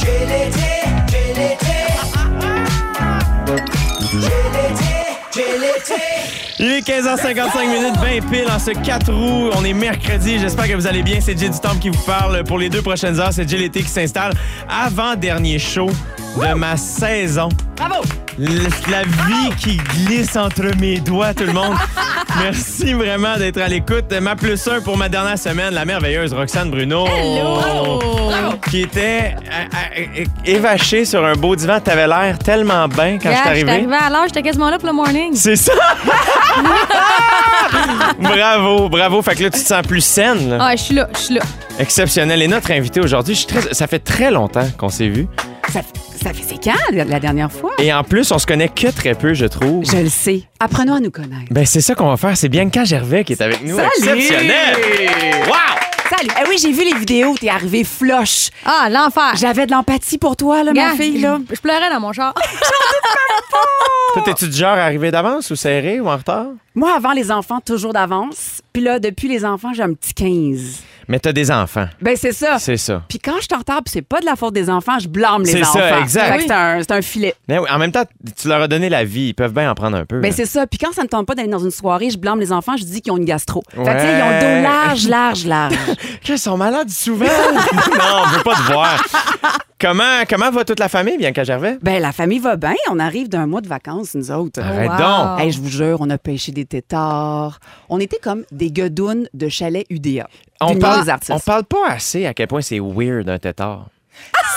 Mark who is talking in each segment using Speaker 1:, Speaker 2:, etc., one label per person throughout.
Speaker 1: J'ai l'été, j'ai l'été. J'ai l'été, j'ai l'été.
Speaker 2: Il est 15h55 minutes, 20 pile en ce 4 roues. On est mercredi. J'espère que vous allez bien. C'est Jay du Temple qui vous parle. Pour les deux prochaines heures, c'est Jay l'été qui s'installe. Avant-dernier show de ma saison.
Speaker 3: Bravo!
Speaker 2: Le- la vie qui glisse entre mes doigts, tout le monde. Merci vraiment d'être à l'écoute. Ma plus 1 pour ma dernière semaine, la merveilleuse Roxane Bruno.
Speaker 3: Hello! Bravo!
Speaker 2: Qui était euh, euh, évachée sur un beau divan. T'avais l'air tellement bien quand
Speaker 3: Gars,
Speaker 2: je suis arrivé.
Speaker 3: arrivée à l'heure, j'étais quasiment là pour le morning.
Speaker 2: C'est ça! bravo, bravo. Fait que là, tu te sens plus saine. là.
Speaker 3: Ah, je suis là, je suis là.
Speaker 2: Exceptionnel. Et notre invité aujourd'hui, je suis très- ça fait très longtemps qu'on s'est vu.
Speaker 4: Ça, ça fait c'est quand la la dernière fois?
Speaker 2: Et en plus, on se connaît que très peu, je trouve.
Speaker 4: Je le sais. Apprenons à nous connaître.
Speaker 2: Ben, c'est ça qu'on va faire. C'est Bianca Gervais qui est avec nous.
Speaker 4: Salut!
Speaker 2: Exceptionnel! Wow!
Speaker 4: Salut. Eh oui, j'ai vu les vidéos. T'es arrivé floche.
Speaker 3: Ah, Mm. l'enfer!
Speaker 4: J'avais de l'empathie pour toi, là, ma
Speaker 3: Gars,
Speaker 4: fille, là.
Speaker 3: Je pleurais dans mon char.
Speaker 4: Oh!
Speaker 2: Toi, t'es-tu du genre arrivé d'avance ou serré ou en retard?
Speaker 4: Moi, avant les enfants, toujours d'avance. Puis là, depuis les enfants, j'ai un petit 15.
Speaker 2: Mais t'as des enfants.
Speaker 4: Ben, c'est ça.
Speaker 2: C'est ça.
Speaker 4: Puis quand je t'entends, c'est pas de la faute des enfants, je blâme les
Speaker 2: C'est
Speaker 4: enfants.
Speaker 2: ça, exact.
Speaker 4: Fait que C'est un, c'est un filet.
Speaker 2: Mais oui, en même temps, tu leur as donné la vie. Ils peuvent bien en prendre un peu.
Speaker 4: Ben,
Speaker 2: là.
Speaker 4: c'est ça. Puis quand ça ne tombe pas d'aller dans une soirée, je blâme les enfants, je dis qu'ils ont une gastro. Fait que, tu sais,
Speaker 2: Ouais.
Speaker 4: ils ont le dos large, large, large.
Speaker 2: Qu'est-ce sont malades souvent? non, on veut pas te voir. Comment, comment va toute la famille, Bianca Gervais?
Speaker 4: ben, la famille va bien. On arrive d'un mois de vacances, nous autres.
Speaker 2: Arrête
Speaker 3: wow.
Speaker 2: donc.
Speaker 4: Hey, je vous jure, on a pêché des têtards. On était comme des guedounes de chalet UDA.
Speaker 2: On
Speaker 4: D'Union
Speaker 2: parle,
Speaker 4: des artistes.
Speaker 2: on parle pas assez à quel point c'est weird un tétard.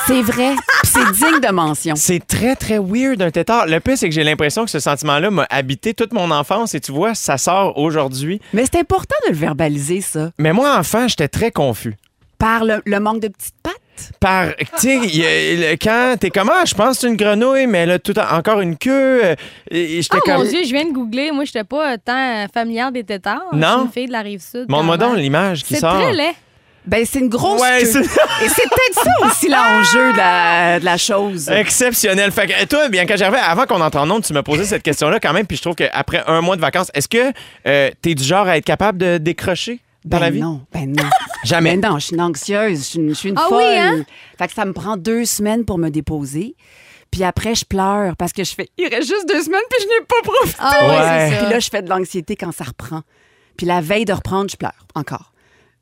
Speaker 4: C'est vrai. Puis C'est digne de mention.
Speaker 2: C'est très, très weird un tétard. Le pire, c'est que j'ai l'impression que ce sentiment-là m'a habité toute mon enfance et tu vois, ça sort aujourd'hui.
Speaker 4: Mais c'est important de le verbaliser, ça.
Speaker 2: Mais moi, enfant, j'étais très confus.
Speaker 4: Par le, le manque de petites pattes.
Speaker 2: Par, tu sais, y a- le- quand t'es comment, je pense que c'est une grenouille, mais elle a tout en- encore une queue. euh, et- et
Speaker 3: Oh
Speaker 2: j'étais
Speaker 3: mon
Speaker 2: comme.
Speaker 3: Dieu, je viens de googler. Moi, j'étais pas euh, tant euh, familière des tétards.
Speaker 2: Non.
Speaker 3: Je suis une fille de la Rive-Sud.
Speaker 2: Montre-moi
Speaker 3: quand
Speaker 2: donc
Speaker 3: même.
Speaker 2: l'image qui
Speaker 3: C'est
Speaker 2: sort.
Speaker 3: très laid.
Speaker 4: Ben, c'est une grosse
Speaker 2: Ouais,
Speaker 4: queue.
Speaker 2: c'est-
Speaker 4: Et c'est peut-être ça aussi l'enjeu de la, de la chose.
Speaker 2: Exceptionnel. Fait que euh, toi, Bianca Gervais, avant qu'on entre en nombre, tu m'as posé cette question-là quand même, puis je trouve qu'après un mois de vacances, est-ce que euh, t'es du genre à être capable de décrocher dans
Speaker 4: ben
Speaker 2: la vie?
Speaker 4: non, ben non.
Speaker 2: Jamais.
Speaker 4: Ben non, je suis une anxieuse, je suis une, je suis une
Speaker 3: Ah oui,
Speaker 4: folle.
Speaker 3: hein?
Speaker 4: Fait que ça me prend deux semaines pour me déposer. Puis après, je pleure parce que je fais, il reste juste deux semaines, puis je n'ai pas profité.
Speaker 3: Ah ouais,
Speaker 2: Ouais.
Speaker 3: c'est ça.
Speaker 4: Puis là, je fais de l'anxiété quand ça reprend. Puis la veille de reprendre, je pleure encore.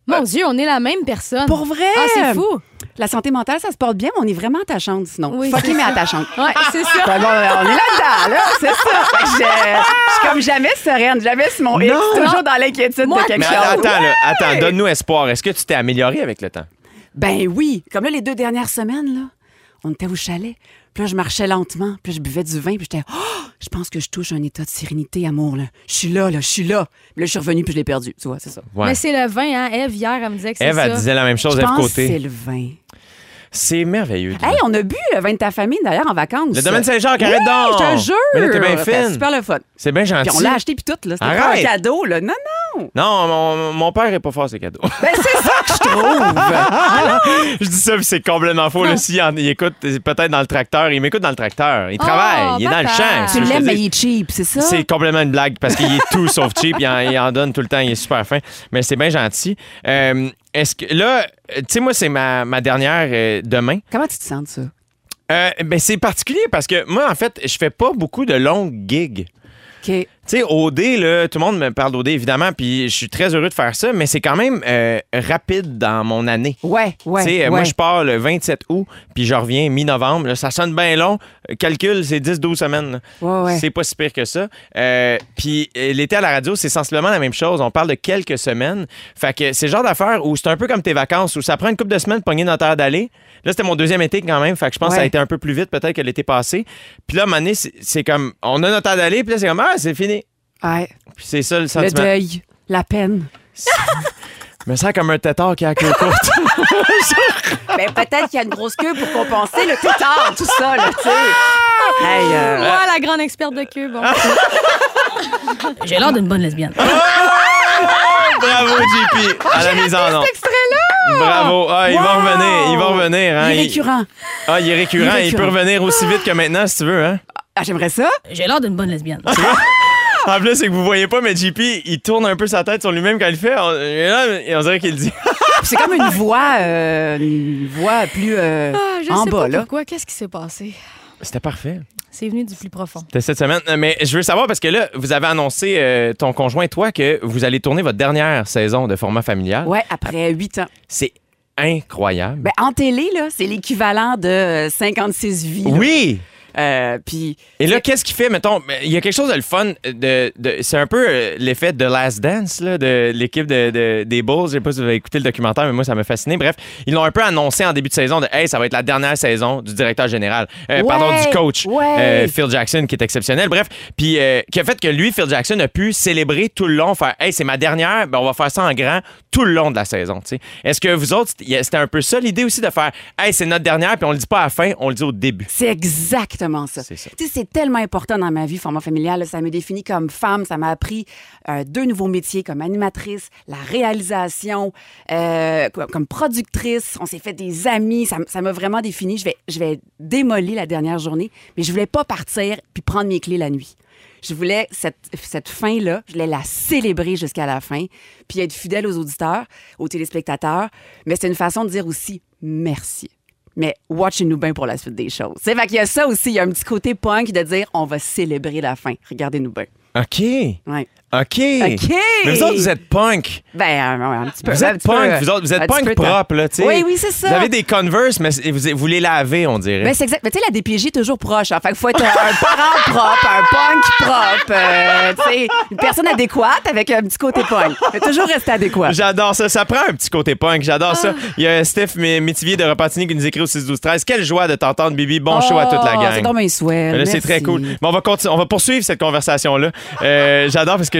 Speaker 3: Mon Dieu, on est la même personne.
Speaker 4: Pour vrai?
Speaker 3: Ah, c'est fou.
Speaker 4: La santé mentale, ça se porte bien, mais on est vraiment attachante sinon.
Speaker 3: Oui,
Speaker 4: Fucking
Speaker 3: c'est
Speaker 4: mais
Speaker 3: ça.
Speaker 4: attachante.
Speaker 3: Ouais, c'est
Speaker 4: Ben
Speaker 3: ça.
Speaker 4: bon, on est là-dedans, là, c'est ça. Fait que Je, je suis comme jamais sereine, jamais sur mon X,
Speaker 2: Non.
Speaker 4: toujours dans l'inquiétude
Speaker 3: Moi,
Speaker 4: de quelque
Speaker 2: Mais
Speaker 4: chose.
Speaker 2: attends, là, attends, donne-nous espoir. Est-ce que tu t'es amélioré avec le temps?
Speaker 4: Ben oui, comme là, les deux dernières semaines, là, on était au chalet. Puis là, je marchais lentement, puis là, je buvais du vin, puis j'étais, oh, je pense que je touche un état de sérénité, amour, là. Je suis là, là, je suis là. Puis là, je suis revenue, puis je l'ai perdu, tu vois, c'est ça.
Speaker 2: Ouais.
Speaker 3: Mais c'est le vin, hein? Eve, hier, elle me disait que c'est
Speaker 2: Eve,
Speaker 3: ça.
Speaker 2: elle disait la même chose,
Speaker 4: Je
Speaker 2: Eve
Speaker 4: pense que c'est
Speaker 2: Côté.
Speaker 4: le vin.
Speaker 2: C'est merveilleux.
Speaker 4: Hey, on a bu le vin de ta famille, d'ailleurs, en vacances.
Speaker 2: Le domaine Saint-Jacques, arrête
Speaker 4: Je
Speaker 2: donc!
Speaker 4: te jure!
Speaker 2: Mais là, t'es bien
Speaker 4: C'était
Speaker 2: fine.
Speaker 4: super le fun.
Speaker 2: C'est bien gentil.
Speaker 4: Puis on l'a acheté, puis tout, là. C'était pas un
Speaker 2: Arrête.
Speaker 4: cadeau, là. Non, non!
Speaker 2: Non, mon, mon père est pas fort ses cadeaux.
Speaker 4: Ben, c'est ça que je trouve!
Speaker 2: je dis ça, puis c'est complètement faux. Là, si il, écoute c'est peut-être dans le tracteur, il m'écoute dans le tracteur. Il travaille, il est dans le
Speaker 3: papa.
Speaker 2: champ.
Speaker 3: Tu
Speaker 2: c'est ce que
Speaker 4: Oh, tu
Speaker 2: je te
Speaker 4: l'aimes, mais
Speaker 2: dis.
Speaker 4: il est cheap, c'est ça?
Speaker 2: C'est complètement une blague parce qu'il est tout sauf cheap. Il en, il en donne tout le temps. Il est super fin. Mais c'est bien gentil. Euh, Est-ce que là, euh, tu sais, moi, c'est ma, ma dernière euh, demain.
Speaker 4: Comment tu te sens de ça?
Speaker 2: Euh, ben, c'est particulier parce que moi, en fait, je fais pas beaucoup de longues gigs.
Speaker 4: OK.
Speaker 2: Tu sais, OD, là, tout le monde me parle d'OD, évidemment, puis je suis très heureux de faire ça, mais c'est quand même euh, rapide dans mon année.
Speaker 4: Ouais, ouais.
Speaker 2: Tu sais, euh,
Speaker 4: ouais.
Speaker 2: Moi, je pars le 27 août, puis je reviens mi-novembre. Là, Ça sonne bien long. Euh, Calcul, c'est 10-12 semaines. là.
Speaker 4: Ouais, ouais.
Speaker 2: C'est pas si pire que ça. Euh, puis euh, l'été à la radio, c'est sensiblement la même chose. On parle de quelques semaines. Fait que c'est le genre d'affaires où c'est un peu comme tes vacances, où ça prend une couple de semaines de pogner notre heure d'aller. Là, c'était mon deuxième été quand même. Fait que je pense que ça a
Speaker 4: Ouais.
Speaker 2: été un peu plus vite peut-être que l'été passé. Puis là, à un moment donné, c'est, c'est comme, on a notre heure d'aller, puis là, c'est comme, ah, c'est fini.
Speaker 4: Ouais.
Speaker 2: Puis c'est ça le
Speaker 4: Le
Speaker 2: sentiment.
Speaker 4: deuil, la peine.
Speaker 2: Je me sens comme un tétard qui a la queue courte.
Speaker 4: Ben, peut-être qu'il y a une grosse queue pour compenser le tétard, tout ça, là, tu sais. Hey, euh,
Speaker 3: Moi, la grande experte de queue, bon. J'ai l'air d'une bonne lesbienne.
Speaker 2: Bravo, JP, à la mise en onde. Bravo. Ah, il va
Speaker 4: Wow!
Speaker 2: revenir, il va revenir. Hein.
Speaker 4: il est récurrent.
Speaker 2: Ah, il est récurrent.
Speaker 4: Il est
Speaker 2: Il peut
Speaker 4: récurrent.
Speaker 2: revenir aussi vite que maintenant, si tu veux. Hein.
Speaker 4: Ah, j'aimerais ça.
Speaker 3: J'ai l'air d'une bonne lesbienne.
Speaker 4: Ah!
Speaker 2: En plus, c'est que vous voyez pas, mais JP, il tourne un peu sa tête sur lui-même quand il le fait. On, et là, et on dirait qu'il dit.
Speaker 4: Puis C'est comme une voix, euh, une voix plus euh,
Speaker 3: Ah, je
Speaker 4: en
Speaker 3: sais
Speaker 4: bas,
Speaker 3: pas
Speaker 4: là.
Speaker 3: pourquoi. Qu'est-ce qui s'est passé?
Speaker 2: C'était parfait.
Speaker 3: C'est venu du plus profond.
Speaker 2: C'était cette semaine. Mais je veux savoir, parce que là, vous avez annoncé, euh, ton conjoint, et toi, que vous allez tourner votre dernière saison de format familial.
Speaker 4: Ouais, après huit ans.
Speaker 2: C'est incroyable.
Speaker 4: Ben, en télé, là, c'est l'équivalent de euh, 56 vies. là.
Speaker 2: oui!
Speaker 4: Euh, puis,
Speaker 2: Et là, qu'est-ce qui fait, mettons, il y a quelque chose de le fun. euh, De, de- c'est un peu euh, l'effet de Last Dance là, de l'équipe de, de- des Bulls. Je sais pas si vous avez écouté le documentaire, mais moi, ça m'a fasciné. Bref, ils l'ont un peu annoncé en début de saison de Hey, ça va être la dernière saison du directeur général. Euh,
Speaker 4: Ouais,
Speaker 2: pardon, du coach
Speaker 4: ouais.
Speaker 2: euh, Phil Jackson, qui est exceptionnel. Bref, puis euh, qui a fait que lui, Phil Jackson, a pu célébrer tout le long, faire Hey, c'est ma dernière, ben, on va faire ça en grand tout le long de la saison. tu sais. Est-ce que vous autres, c'était c'était un peu ça l'idée aussi de faire Hey, c'est notre dernière, puis on le dit pas à la fin, on le dit au début.
Speaker 4: C'est exactement ça.
Speaker 2: C'est ça.
Speaker 4: Tu sais, c'est tellement important dans ma vie, format familial. là. Ça me définit comme femme. Ça m'a appris euh, deux nouveaux métiers comme animatrice, la réalisation, euh, co- comme productrice. On s'est fait des amis. Ça m- ça m'a vraiment défini. Je vais, je vais démolir la dernière journée, mais je voulais pas partir puis prendre mes clés la nuit. Je voulais cette, cette fin-là, je voulais la célébrer jusqu'à la fin, puis être fidèle aux auditeurs, aux téléspectateurs. Mais c'est une façon de dire aussi merci. Mais watchez-nous bien pour la suite des choses. C'est fait qu'il y a ça aussi, il y a un petit côté punk de dire on va célébrer la fin. Regardez-nous bien.
Speaker 2: OK.
Speaker 4: Ouais.
Speaker 2: OK.
Speaker 4: OK.
Speaker 2: Mais vous autres, vous êtes punk.
Speaker 4: Ben, euh, un petit peu.
Speaker 2: Vous
Speaker 4: un
Speaker 2: êtes
Speaker 4: petit peu,
Speaker 2: punk,
Speaker 4: euh,
Speaker 2: vous autres, vous
Speaker 4: un
Speaker 2: êtes
Speaker 4: petit
Speaker 2: punk
Speaker 4: peu de temps.
Speaker 2: propre, là, tu sais.
Speaker 4: Oui, oui, c'est ça.
Speaker 2: Vous avez des Converse, mais c'est- vous, vous les lavez, on dirait.
Speaker 4: Ben, c'est exact. Mais tu sais, la DPJ est toujours proche. Hein. Fait qu'il faut être un, un parent propre, un punk propre. euh, tu sais, une personne adéquate avec un petit côté punk. Mais toujours rester adéquat.
Speaker 2: J'adore ça. Ça prend un petit côté punk. J'adore ça.
Speaker 4: Ah.
Speaker 2: Il y a Steph M- Métivier de Repentigny qui nous écrit au 6-12-13. Quelle joie de t'entendre, Bibi. Bon show à toute la
Speaker 4: Oh,
Speaker 2: gang.
Speaker 4: C'est dans mes souhaits.
Speaker 2: Là, c'est
Speaker 4: Merci.
Speaker 2: très cool. Mais on va, continuer, on va poursuivre cette conversation-là. Euh, J'adore parce que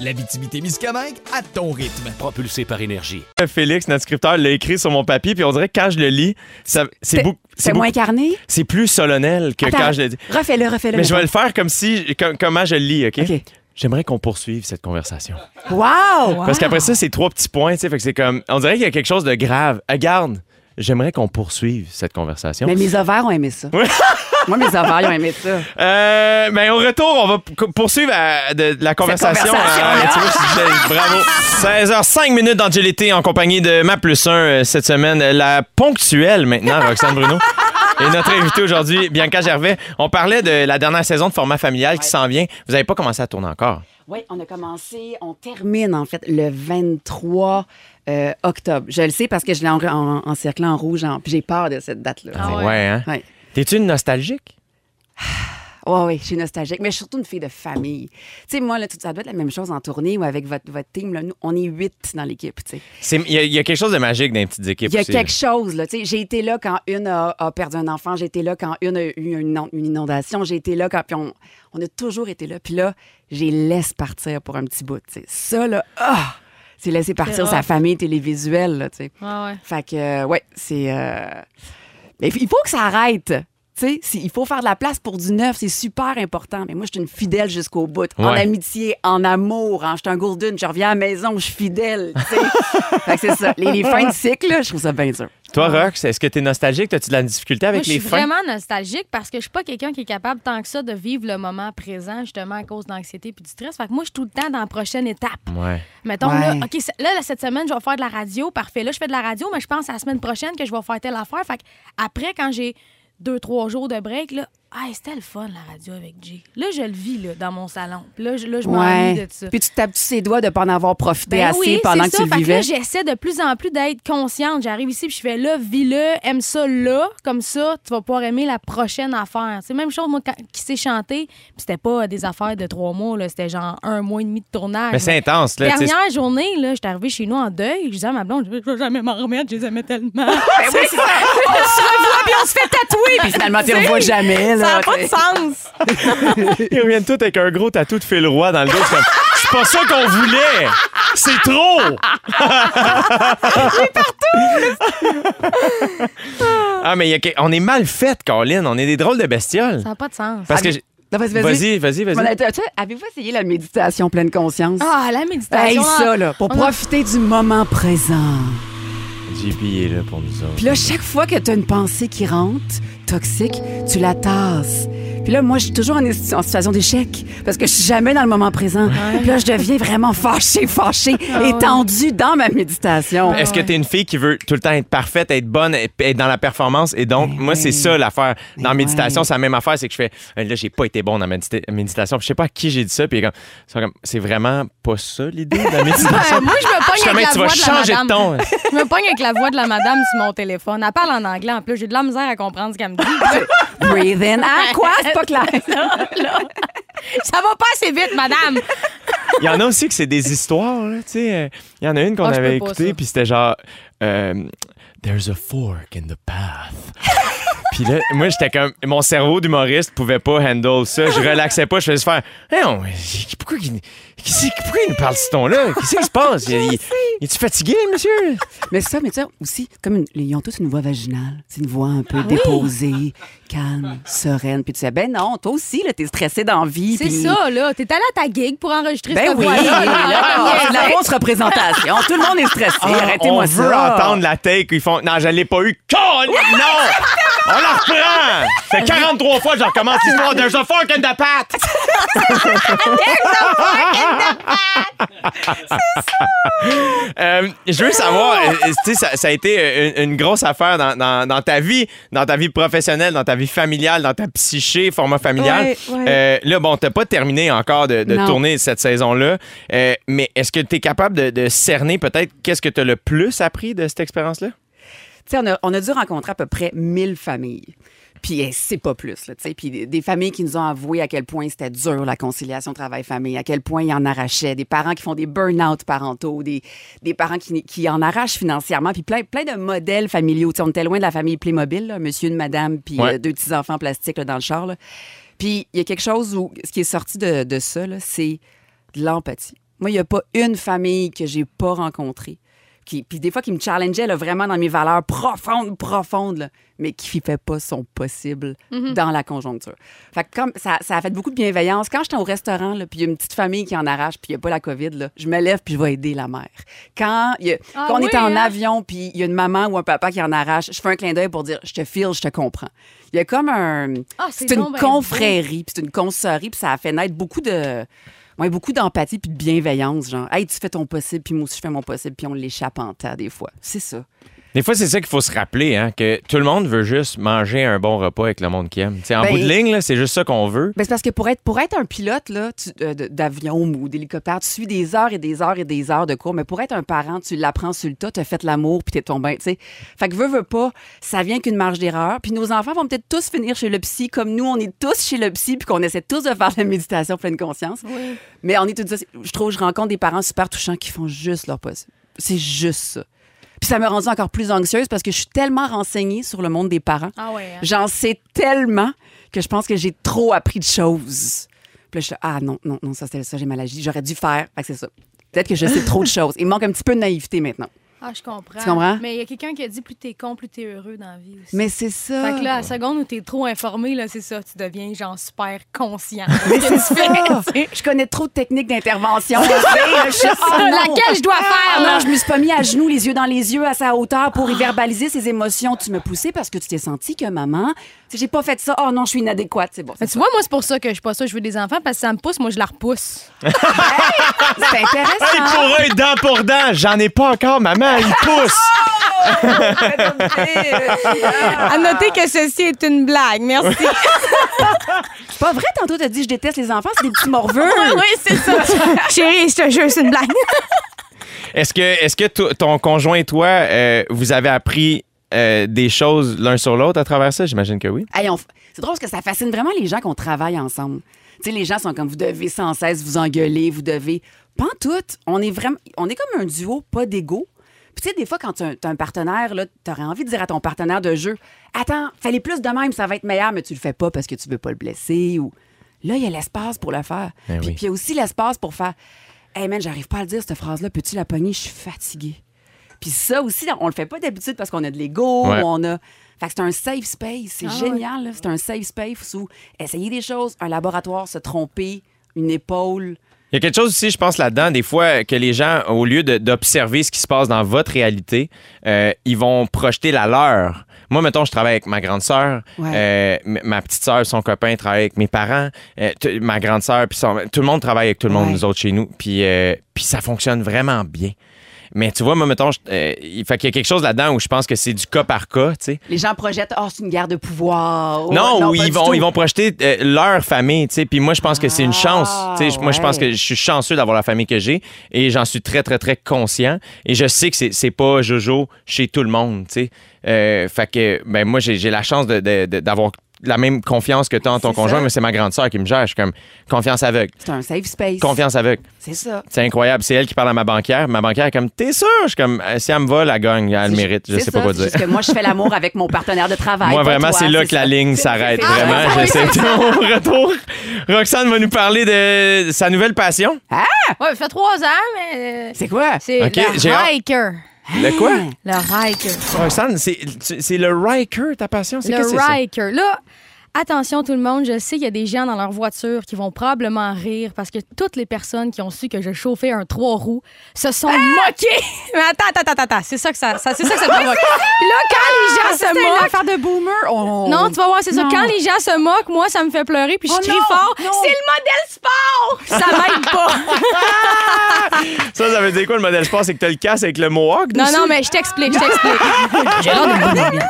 Speaker 5: L'Abitibi-Témiscamingue à ton rythme.
Speaker 6: propulsé par énergie.
Speaker 2: Félix, notre scripteur, l'a écrit sur mon papier. Puis on dirait que quand je le lis, ça- c'est
Speaker 4: C'est-
Speaker 2: beaucoup-
Speaker 4: C'est
Speaker 2: c'est
Speaker 4: moins
Speaker 2: beaucoup-
Speaker 4: incarné?
Speaker 2: c'est plus solennel que quand je le dis.
Speaker 4: Refais-le, refais-le.
Speaker 2: Mais je vais le faire comme si, comme- comment je le lis, OK?
Speaker 4: OK.
Speaker 2: J'aimerais qu'on poursuive cette conversation.
Speaker 4: Wow!
Speaker 2: Parce qu'après ça, c'est trois petits points, tu sais. Fait que c'est comme, on dirait qu'il y a quelque chose de grave. Regarde, j'aimerais qu'on poursuive cette conversation.
Speaker 4: Mais mes ovaires ont aimé ça.
Speaker 2: Oui.
Speaker 4: Moi, mes ovaires, ils ont aimé ça.
Speaker 2: Euh, mais au retour, on va p- co- poursuivre à- de, de la conversation.
Speaker 4: conversation.
Speaker 2: Ah, tu vois, c'est- bravo. 16h05 minutes dans GLT en compagnie de Ma Plus 1 cette semaine. Euh, La ponctuelle maintenant, Roxane Bruno. Et notre invitée aujourd'hui, Bianca Gervais. On parlait de la dernière saison de format familial qui s'en vient. Vous n'avez pas commencé à tourner encore.
Speaker 4: Oui, on a commencé, on termine en fait le 23 euh, octobre. Je le sais parce que je l'ai en, en- encerclé en rouge, en- puis j'ai peur de cette date-là.
Speaker 3: Ah ouais.
Speaker 2: ouais hein?
Speaker 4: Ouais.
Speaker 2: T'es-tu une nostalgique?
Speaker 4: Oui, oui, je suis nostalgique, mais je suis surtout une fille de famille. Tu sais, moi, là, tout ça doit être la même chose en tournée ou avec votre, votre team. Là, nous, on est huit dans l'équipe, tu sais.
Speaker 2: C'est- Il y, a- il y a quelque chose de magique dans les petites équipes
Speaker 4: Il y a
Speaker 2: aussi,
Speaker 4: quelque chose, là. Tu sais, j'ai été là quand une a, a perdu un enfant, j'ai été là quand une a eu une, inon- une inondation, j'ai été là quand. Puis on, on a toujours été là. Puis là, j'ai laisse partir pour un petit bout, tu sais. Ça, là, ah! C'est laisser partir
Speaker 3: rough.
Speaker 4: sa famille télévisuelle, là, tu sais.
Speaker 3: Ah ouais.
Speaker 4: Fait que, euh, ouais, c'est. euh, mais il faut que ça arrête. Tu sais, si- il faut faire de la place pour du neuf, c'est super important. Mais moi, je suis une fidèle jusqu'au bout. En
Speaker 2: Ouais.
Speaker 4: amitié, en amour, en je suis un golden, je reviens à la maison, je suis fidèle. tu sais. fait que c'est ça. Les, les fins de cycle, là, je trouve ça bien dur.
Speaker 2: Toi, Rox, est-ce que t'es nostalgique? As-tu de la difficulté avec
Speaker 3: Moi, je suis
Speaker 2: les fins?
Speaker 3: vraiment nostalgique parce que je suis pas quelqu'un qui est capable tant que ça de vivre le moment présent justement à cause d'anxiété puis du stress. Fait que moi, je suis tout le temps dans la prochaine étape.
Speaker 2: Ouais.
Speaker 3: Mettons,
Speaker 4: Ouais.
Speaker 3: là, OK, c'est- là, là, cette semaine, je vais faire de la radio. Parfait. Là, je fais de la radio, mais je pense à la semaine prochaine que je vais faire telle affaire. Fait que après, quand j'ai deux, trois jours de break, là, Ah, c'était le fun, la radio avec Jay. Là, je le vis là, dans mon salon. Puis Là, je, là, je m'ennuie
Speaker 4: Ouais.
Speaker 3: de ça.
Speaker 4: Puis tu te tapes tous ses doigts de pas en avoir profité
Speaker 3: Ben
Speaker 4: assez
Speaker 3: oui,
Speaker 4: pendant
Speaker 3: c'est
Speaker 4: que
Speaker 3: ça.
Speaker 4: tu le
Speaker 3: Fait
Speaker 4: vivais.
Speaker 3: là, j'essaie de plus en plus d'être consciente. J'arrive ici, puis je fais là, vis-le, aime ça là, comme ça, tu vas pouvoir aimer la prochaine affaire. C'est la même chose, moi, quand- qui s'est chanté, puis c'était pas des affaires de trois mois, là, c'était genre un mois et demi de tournage.
Speaker 2: Mais c'est intense, là. tu sais.
Speaker 3: Dernière journée, là, j'étais arrivée chez nous en deuil. Je disais à ma blonde, je vais jamais m'en remettre, je les aimais tellement.
Speaker 4: on se revoit, puis on se fait tatouer. Puis finalement, tu le revois jamais.
Speaker 3: Ça
Speaker 4: Là,
Speaker 3: n'a pas de sens.
Speaker 2: Ils reviennent tous avec un gros tatou de fil roi dans le dos. C'est comme, C'est pas ça qu'on voulait! C'est trop! Ah, mais il y a que- on est mal fait, Colin. On est des drôles de bestioles.
Speaker 3: Ça n'a pas de sens.
Speaker 2: Parce que. j'ai-
Speaker 4: Non, vas-y,
Speaker 2: Vas-y,
Speaker 4: vas-y.
Speaker 2: vas-y,
Speaker 4: Bon,
Speaker 2: vas-y.
Speaker 4: tu sais, Avez-vous essayé la méditation pleine conscience?
Speaker 3: Ah, la
Speaker 4: Hey,
Speaker 3: méditation.
Speaker 4: ça, là, pour
Speaker 3: on a-
Speaker 4: profiter du moment présent.
Speaker 2: JP est là pour nous autres.
Speaker 4: Puis là, chaque fois que tu as une pensée qui rentre, toxique, tu la tasses. Puis là, moi, je suis toujours en, est- en situation d'échec parce que je suis jamais dans le moment présent. Puis là, je deviens vraiment fâchée, fâchée,
Speaker 3: Ah
Speaker 4: étendue dans ma méditation.
Speaker 2: Est-ce que t'es une fille qui veut tout le temps être parfaite, être bonne, être dans la performance? Et donc, moi, c'est ça l'affaire. Dans la méditation,
Speaker 4: ouais.
Speaker 2: c'est la même affaire. C'est que je fais, euh, là, j'ai pas été bon dans la médita- méditation. Puis je sais pas à qui j'ai dit ça. Puis comme, ils sont comme, c'est vraiment pas ça l'idée de la méditation.
Speaker 3: Ouais, Ben, moi, je me pogne
Speaker 2: Justement,
Speaker 3: avec la
Speaker 2: tu
Speaker 3: voix
Speaker 2: vas
Speaker 3: de la
Speaker 2: changer de
Speaker 3: madame.
Speaker 2: ton.
Speaker 3: Je me pogne avec la voix de la madame sur mon téléphone. Elle parle en anglais en plus. J'ai de la misère à comprendre ce qu'elle me dit.
Speaker 4: Breathe in. Ah, quoi? C'est pas clair.
Speaker 3: Ça va pas assez vite, madame.
Speaker 2: Il y en a aussi que c'est des histoires, là, tu sais. euh, Il y en a une qu'on
Speaker 3: Ah, je
Speaker 2: avait
Speaker 3: peux pas,
Speaker 2: écoutée,
Speaker 3: ça.
Speaker 2: puis c'était genre euh, There's a fork in the path. puis là, moi, j'étais comme. Mon cerveau d'humoriste pouvait pas handle ça. Je relaxais pas. Je faisais faire. Hey, on- pourquoi, il, qui c'est- pourquoi il nous parle de ce ton-là? Qu'est-ce qui se passe? Il, il- est-tu fatigué, monsieur?
Speaker 4: Mais ça, mais ça aussi, comme une- ils ont tous une voix vaginale. C'est une voix un
Speaker 3: Ah
Speaker 4: peu déposée, calme, sereine. Puis tu sais, ben non, toi aussi, là, t'es stressé dans la vie.
Speaker 3: C'est
Speaker 4: puis-
Speaker 3: ça, là. T'es allé à ta gig pour enregistrer
Speaker 4: Ben
Speaker 3: cette
Speaker 4: oui,
Speaker 3: voix-là. Ah,
Speaker 4: là, Ah, on fait de la fausse représentation. Tout le monde est stressé. Arrêtez-moi
Speaker 2: Ah, on
Speaker 4: ça.
Speaker 2: veut entendre la take où ils font. Non, je l'ai pas eu. Colin, non! On la reprend! C'est 43 fois que je recommence l'histoire. There's a fork in the path! Euh, je veux savoir, euh, euh, tu sais, ça, ça a été euh, une, une grosse affaire dans, dans- dans ta vie, dans ta vie professionnelle, dans ta vie familiale, dans ta psyché, format familial.
Speaker 4: Ouais, ouais.
Speaker 2: Euh, là, bon, t'as pas terminé encore de, de
Speaker 4: Non.
Speaker 2: tourner cette saison-là, euh, mais est-ce que tu es capable de, de cerner peut-être qu'est-ce que tu as le plus appris de cette expérience-là?
Speaker 4: Tu sais, on a, on a dû rencontrer à peu près 1000 familles. Puis eh, c'est pas plus. Là, tu sais. puis des, des familles qui nous ont avoué à quel point c'était dur la conciliation travail-famille, à quel point ils en arrachaient, des parents qui font des burn-out parentaux, des, des parents qui, qui en arrachent financièrement, puis plein, plein de modèles familiaux. Tu sais, on était loin de la famille Playmobil, là, monsieur, une madame, puis
Speaker 2: Ouais.
Speaker 4: euh, deux petits-enfants en plastique là, dans le char. là. Puis il y a quelque chose où ce qui est sorti de, de ça, là, c'est de l'empathie. Moi, il n'y a pas une famille que j'ai pas rencontrée. Qui, puis des fois, qui me challengeait là, vraiment dans mes valeurs profondes, profondes, là, mais qui ne fait pas son possible
Speaker 3: Mhm.
Speaker 4: dans la conjoncture. Fait que comme ça, ça a fait beaucoup de bienveillance. Quand j'étais au restaurant, là, puis il y a une petite famille qui en arrache, puis il n'y a pas la COVID, là, je me lève puis je vais aider la mère. Quand, il y a-
Speaker 3: Ah
Speaker 4: quand on
Speaker 3: oui,
Speaker 4: était en
Speaker 3: hein?
Speaker 4: avion, puis il y a une maman ou un papa qui en arrache, je fais un clin d'œil pour dire « je te file, je te comprends ». Il y a comme un...
Speaker 3: Ah, c'est
Speaker 4: c'est une
Speaker 3: donc ben
Speaker 4: confrérie, puis c'est une consorie, puis ça a fait naître beaucoup de... ouais, beaucoup d'empathie puis de bienveillance, genre « Hey, tu fais ton possible, puis moi aussi je fais mon possible, puis on l'échappe en terre des fois. » C'est ça.
Speaker 2: Des fois, c'est ça qu'il faut se rappeler, hein, que tout le monde veut juste manger un bon repas avec le monde qui aime. Tu sais, en
Speaker 4: Ben,
Speaker 2: bout de ligne, là, c'est juste ça qu'on veut.
Speaker 4: Ben, c'est parce que pour être, pour être un pilote là, tu- euh, de- d'avion ou d'hélicoptère, tu suis des heures et des heures et des heures de cours. Mais pour être un parent, tu l'apprends sur le tas, t'as fait l'amour, puis t'es tombé. tu sais. Fait que veux, veux pas, ça vient qu'une marge d'erreur. Puis nos enfants vont peut-être tous finir chez le psy, comme nous, on est tous chez le psy, puis qu'on essaie tous de faire de la méditation pleine conscience. Mais on est tous... Je trouve, je rencontre des parents super touchants qui font juste leur possible. C'est juste ça. Puis ça me rend encore plus anxieuse parce que je suis tellement renseignée sur le monde des parents.
Speaker 3: Ah ouais, hein?
Speaker 4: J'en sais tellement que je pense que j'ai trop appris de choses. Puis là, je suis là, ah non, non, non, ça c'était ça, j'ai mal agi. J'aurais dû faire. Fait que c'est ça. Peut-être que je sais trop de choses. Il me manque un petit peu de naïveté maintenant.
Speaker 3: Ah, je comprends.
Speaker 4: Tu comprends?
Speaker 3: Mais il y a quelqu'un qui a dit plus t'es con, plus t'es heureux dans la vie aussi.
Speaker 4: Mais c'est ça.
Speaker 3: Fait que là, à la seconde où t'es trop informé, là, c'est ça, tu deviens genre super conscient.
Speaker 4: Mais c'est ça. Je connais trop de techniques d'intervention. Je sais, là, je suis- Ah, non.
Speaker 3: Laquelle je dois
Speaker 4: Ah,
Speaker 3: faire, là? Ah.
Speaker 4: non, je me suis pas mis à genoux, les yeux dans les yeux, à sa hauteur pour y verbaliser ses émotions. Tu me poussais parce que tu t'es senti que maman, tu sais, j'ai pas fait ça. Oh non, je suis inadéquate. C'est bon.
Speaker 3: Mais tu vois, moi, c'est pour ça que je suis pas ça, je veux des enfants, parce que ça me pousse, moi, je la repousse.
Speaker 4: C'est intéressant. Ah.
Speaker 2: Hey, pour un dent pour dent, j'en ai pas encore, maman, il pousse!
Speaker 3: À noter que ceci est une blague. Merci.
Speaker 4: C'est pas vrai, tantôt, t'as dit je déteste les enfants, c'est des petits morveux.
Speaker 3: oui, c'est ça. Chérie, je te jure, c'est une blague.
Speaker 2: Est-ce que, est-ce que to- ton conjoint et toi, euh, vous avez appris euh, des choses l'un sur l'autre à travers ça? J'imagine que oui.
Speaker 4: Hey, on f- C'est drôle parce que ça fascine vraiment les gens qu'on travaille ensemble. Tu sais, les gens sont comme vous devez sans cesse vous engueuler, vous devez. Pas en tout. On est vraiment, on est comme un duo pas d'ego. Puis tu sais, des fois quand tu as, un- t'as un partenaire là, t'aurais envie de dire à ton partenaire de jeu, attends, fallait plus de même, ça va être meilleur, mais tu le fais pas parce que tu veux pas le blesser ou. Là, il y a l'espace pour le faire.
Speaker 2: Eh oui.
Speaker 4: puis puis il y a aussi l'espace pour faire, hey man, j'arrive pas à le dire cette phrase-là, peux-tu la pogner, je suis fatiguée. Puis ça aussi, on le fait pas d'habitude parce qu'on a de l'ego,
Speaker 2: Ouais.
Speaker 4: on a. Fait que c'est un safe space,
Speaker 3: Ah
Speaker 4: c'est génial, là. c'est un safe space où essayer des choses, un laboratoire, se tromper, une épaule.
Speaker 2: Il y a quelque chose aussi, je pense, là-dedans, des fois, que les gens, au lieu de- d'observer ce qui se passe dans votre réalité, euh, ils vont projeter la leur. Moi, mettons, je travaille avec ma grande sœur,
Speaker 4: Ouais.
Speaker 2: euh, m- ma petite sœur, son copain travaille avec mes parents, euh, t- ma grande sœur, puis son- tout le monde travaille avec tout le monde,
Speaker 4: Ouais.
Speaker 2: nous autres, chez nous. Puis euh, puis ça fonctionne vraiment bien. Mais tu vois, moi, mettons, je- euh, il fait qu'il y a quelque chose là-dedans où je pense que c'est du cas par cas, tu sais.
Speaker 4: Les gens projettent, oh, c'est une guerre de pouvoir. Oh,
Speaker 2: Non, où
Speaker 4: pas
Speaker 2: ils
Speaker 4: du
Speaker 2: vont,
Speaker 4: tout.
Speaker 2: ils vont projeter euh, leur famille, tu sais. Puis moi, je pense que c'est une chance.
Speaker 4: Ah,
Speaker 2: Tu sais, Moi, je pense
Speaker 4: ouais.
Speaker 2: que je suis chanceux d'avoir la famille que j'ai et j'en suis très, très, très conscient. Et je sais que c'est- c'est pas Jojo chez tout le monde, tu sais. Euh, fait que, ben, moi, j'ai j'ai la chance de- de- de- d'avoir la même confiance que toi en ton
Speaker 4: C'est ça.
Speaker 2: conjoint, mais c'est ma grande sœur qui me gère. Je suis comme confiance aveugle.
Speaker 4: C'est un safe space.
Speaker 2: Confiance aveugle.
Speaker 4: C'est ça.
Speaker 2: C'est incroyable. C'est elle qui parle à ma banquière. Ma banquière est comme, t'es sûr? Je suis comme, euh, si elle me vole, elle gagne. Elle le mérite. Je
Speaker 4: C'est
Speaker 2: sais
Speaker 4: ça,
Speaker 2: pas quoi
Speaker 4: c'est
Speaker 2: dire.
Speaker 4: juste que moi, je fais l'amour avec mon partenaire de travail.
Speaker 2: Moi,
Speaker 4: pas
Speaker 2: vraiment,
Speaker 4: toi,
Speaker 2: c'est là que la
Speaker 4: ça.
Speaker 2: ligne s'arrête.
Speaker 4: Ah,
Speaker 2: Vraiment,
Speaker 4: oui,
Speaker 2: je sais. Au retour, Roxane va nous parler de sa nouvelle passion.
Speaker 3: Ah. Ouais, ça fait trois ans, mais. euh,
Speaker 4: C'est quoi?
Speaker 3: C'est
Speaker 2: Ok, j'ai
Speaker 3: le
Speaker 2: hâte.
Speaker 3: hiker.
Speaker 2: Le quoi?
Speaker 3: Le hiker.
Speaker 2: Roxane, c'est tu- c'est le Riker, ta passion? C'est qu'est-ce que
Speaker 3: Le
Speaker 2: c'est ça?
Speaker 3: Riker. Là, attention tout le monde, je sais qu'il y a des gens dans leur voiture qui vont probablement rire parce que toutes les personnes qui ont su que je chauffais un trois roues se sont moquées. Ah! Mais attends, attends, attends, attends, c'est ça que ça, ça- c'est ça que ça Ah, provoque. Puis là, quand les gens se moquent,
Speaker 4: faire de boomer. on-
Speaker 3: non, tu vas voir, c'est ça.
Speaker 4: Non.
Speaker 3: Quand les gens se moquent, moi, ça me fait pleurer, puis je
Speaker 4: Oh
Speaker 3: crie
Speaker 4: non,
Speaker 3: fort.
Speaker 4: non.
Speaker 3: C'est le modèle sport! Ça m'aide pas.
Speaker 2: Ça, ça veut dire quoi le modèle sport? C'est que tu le casses avec le Mohawk?
Speaker 3: Non,
Speaker 2: dessus?
Speaker 3: non, mais je t'explique, je t'explique. J'ai l'air de bouler.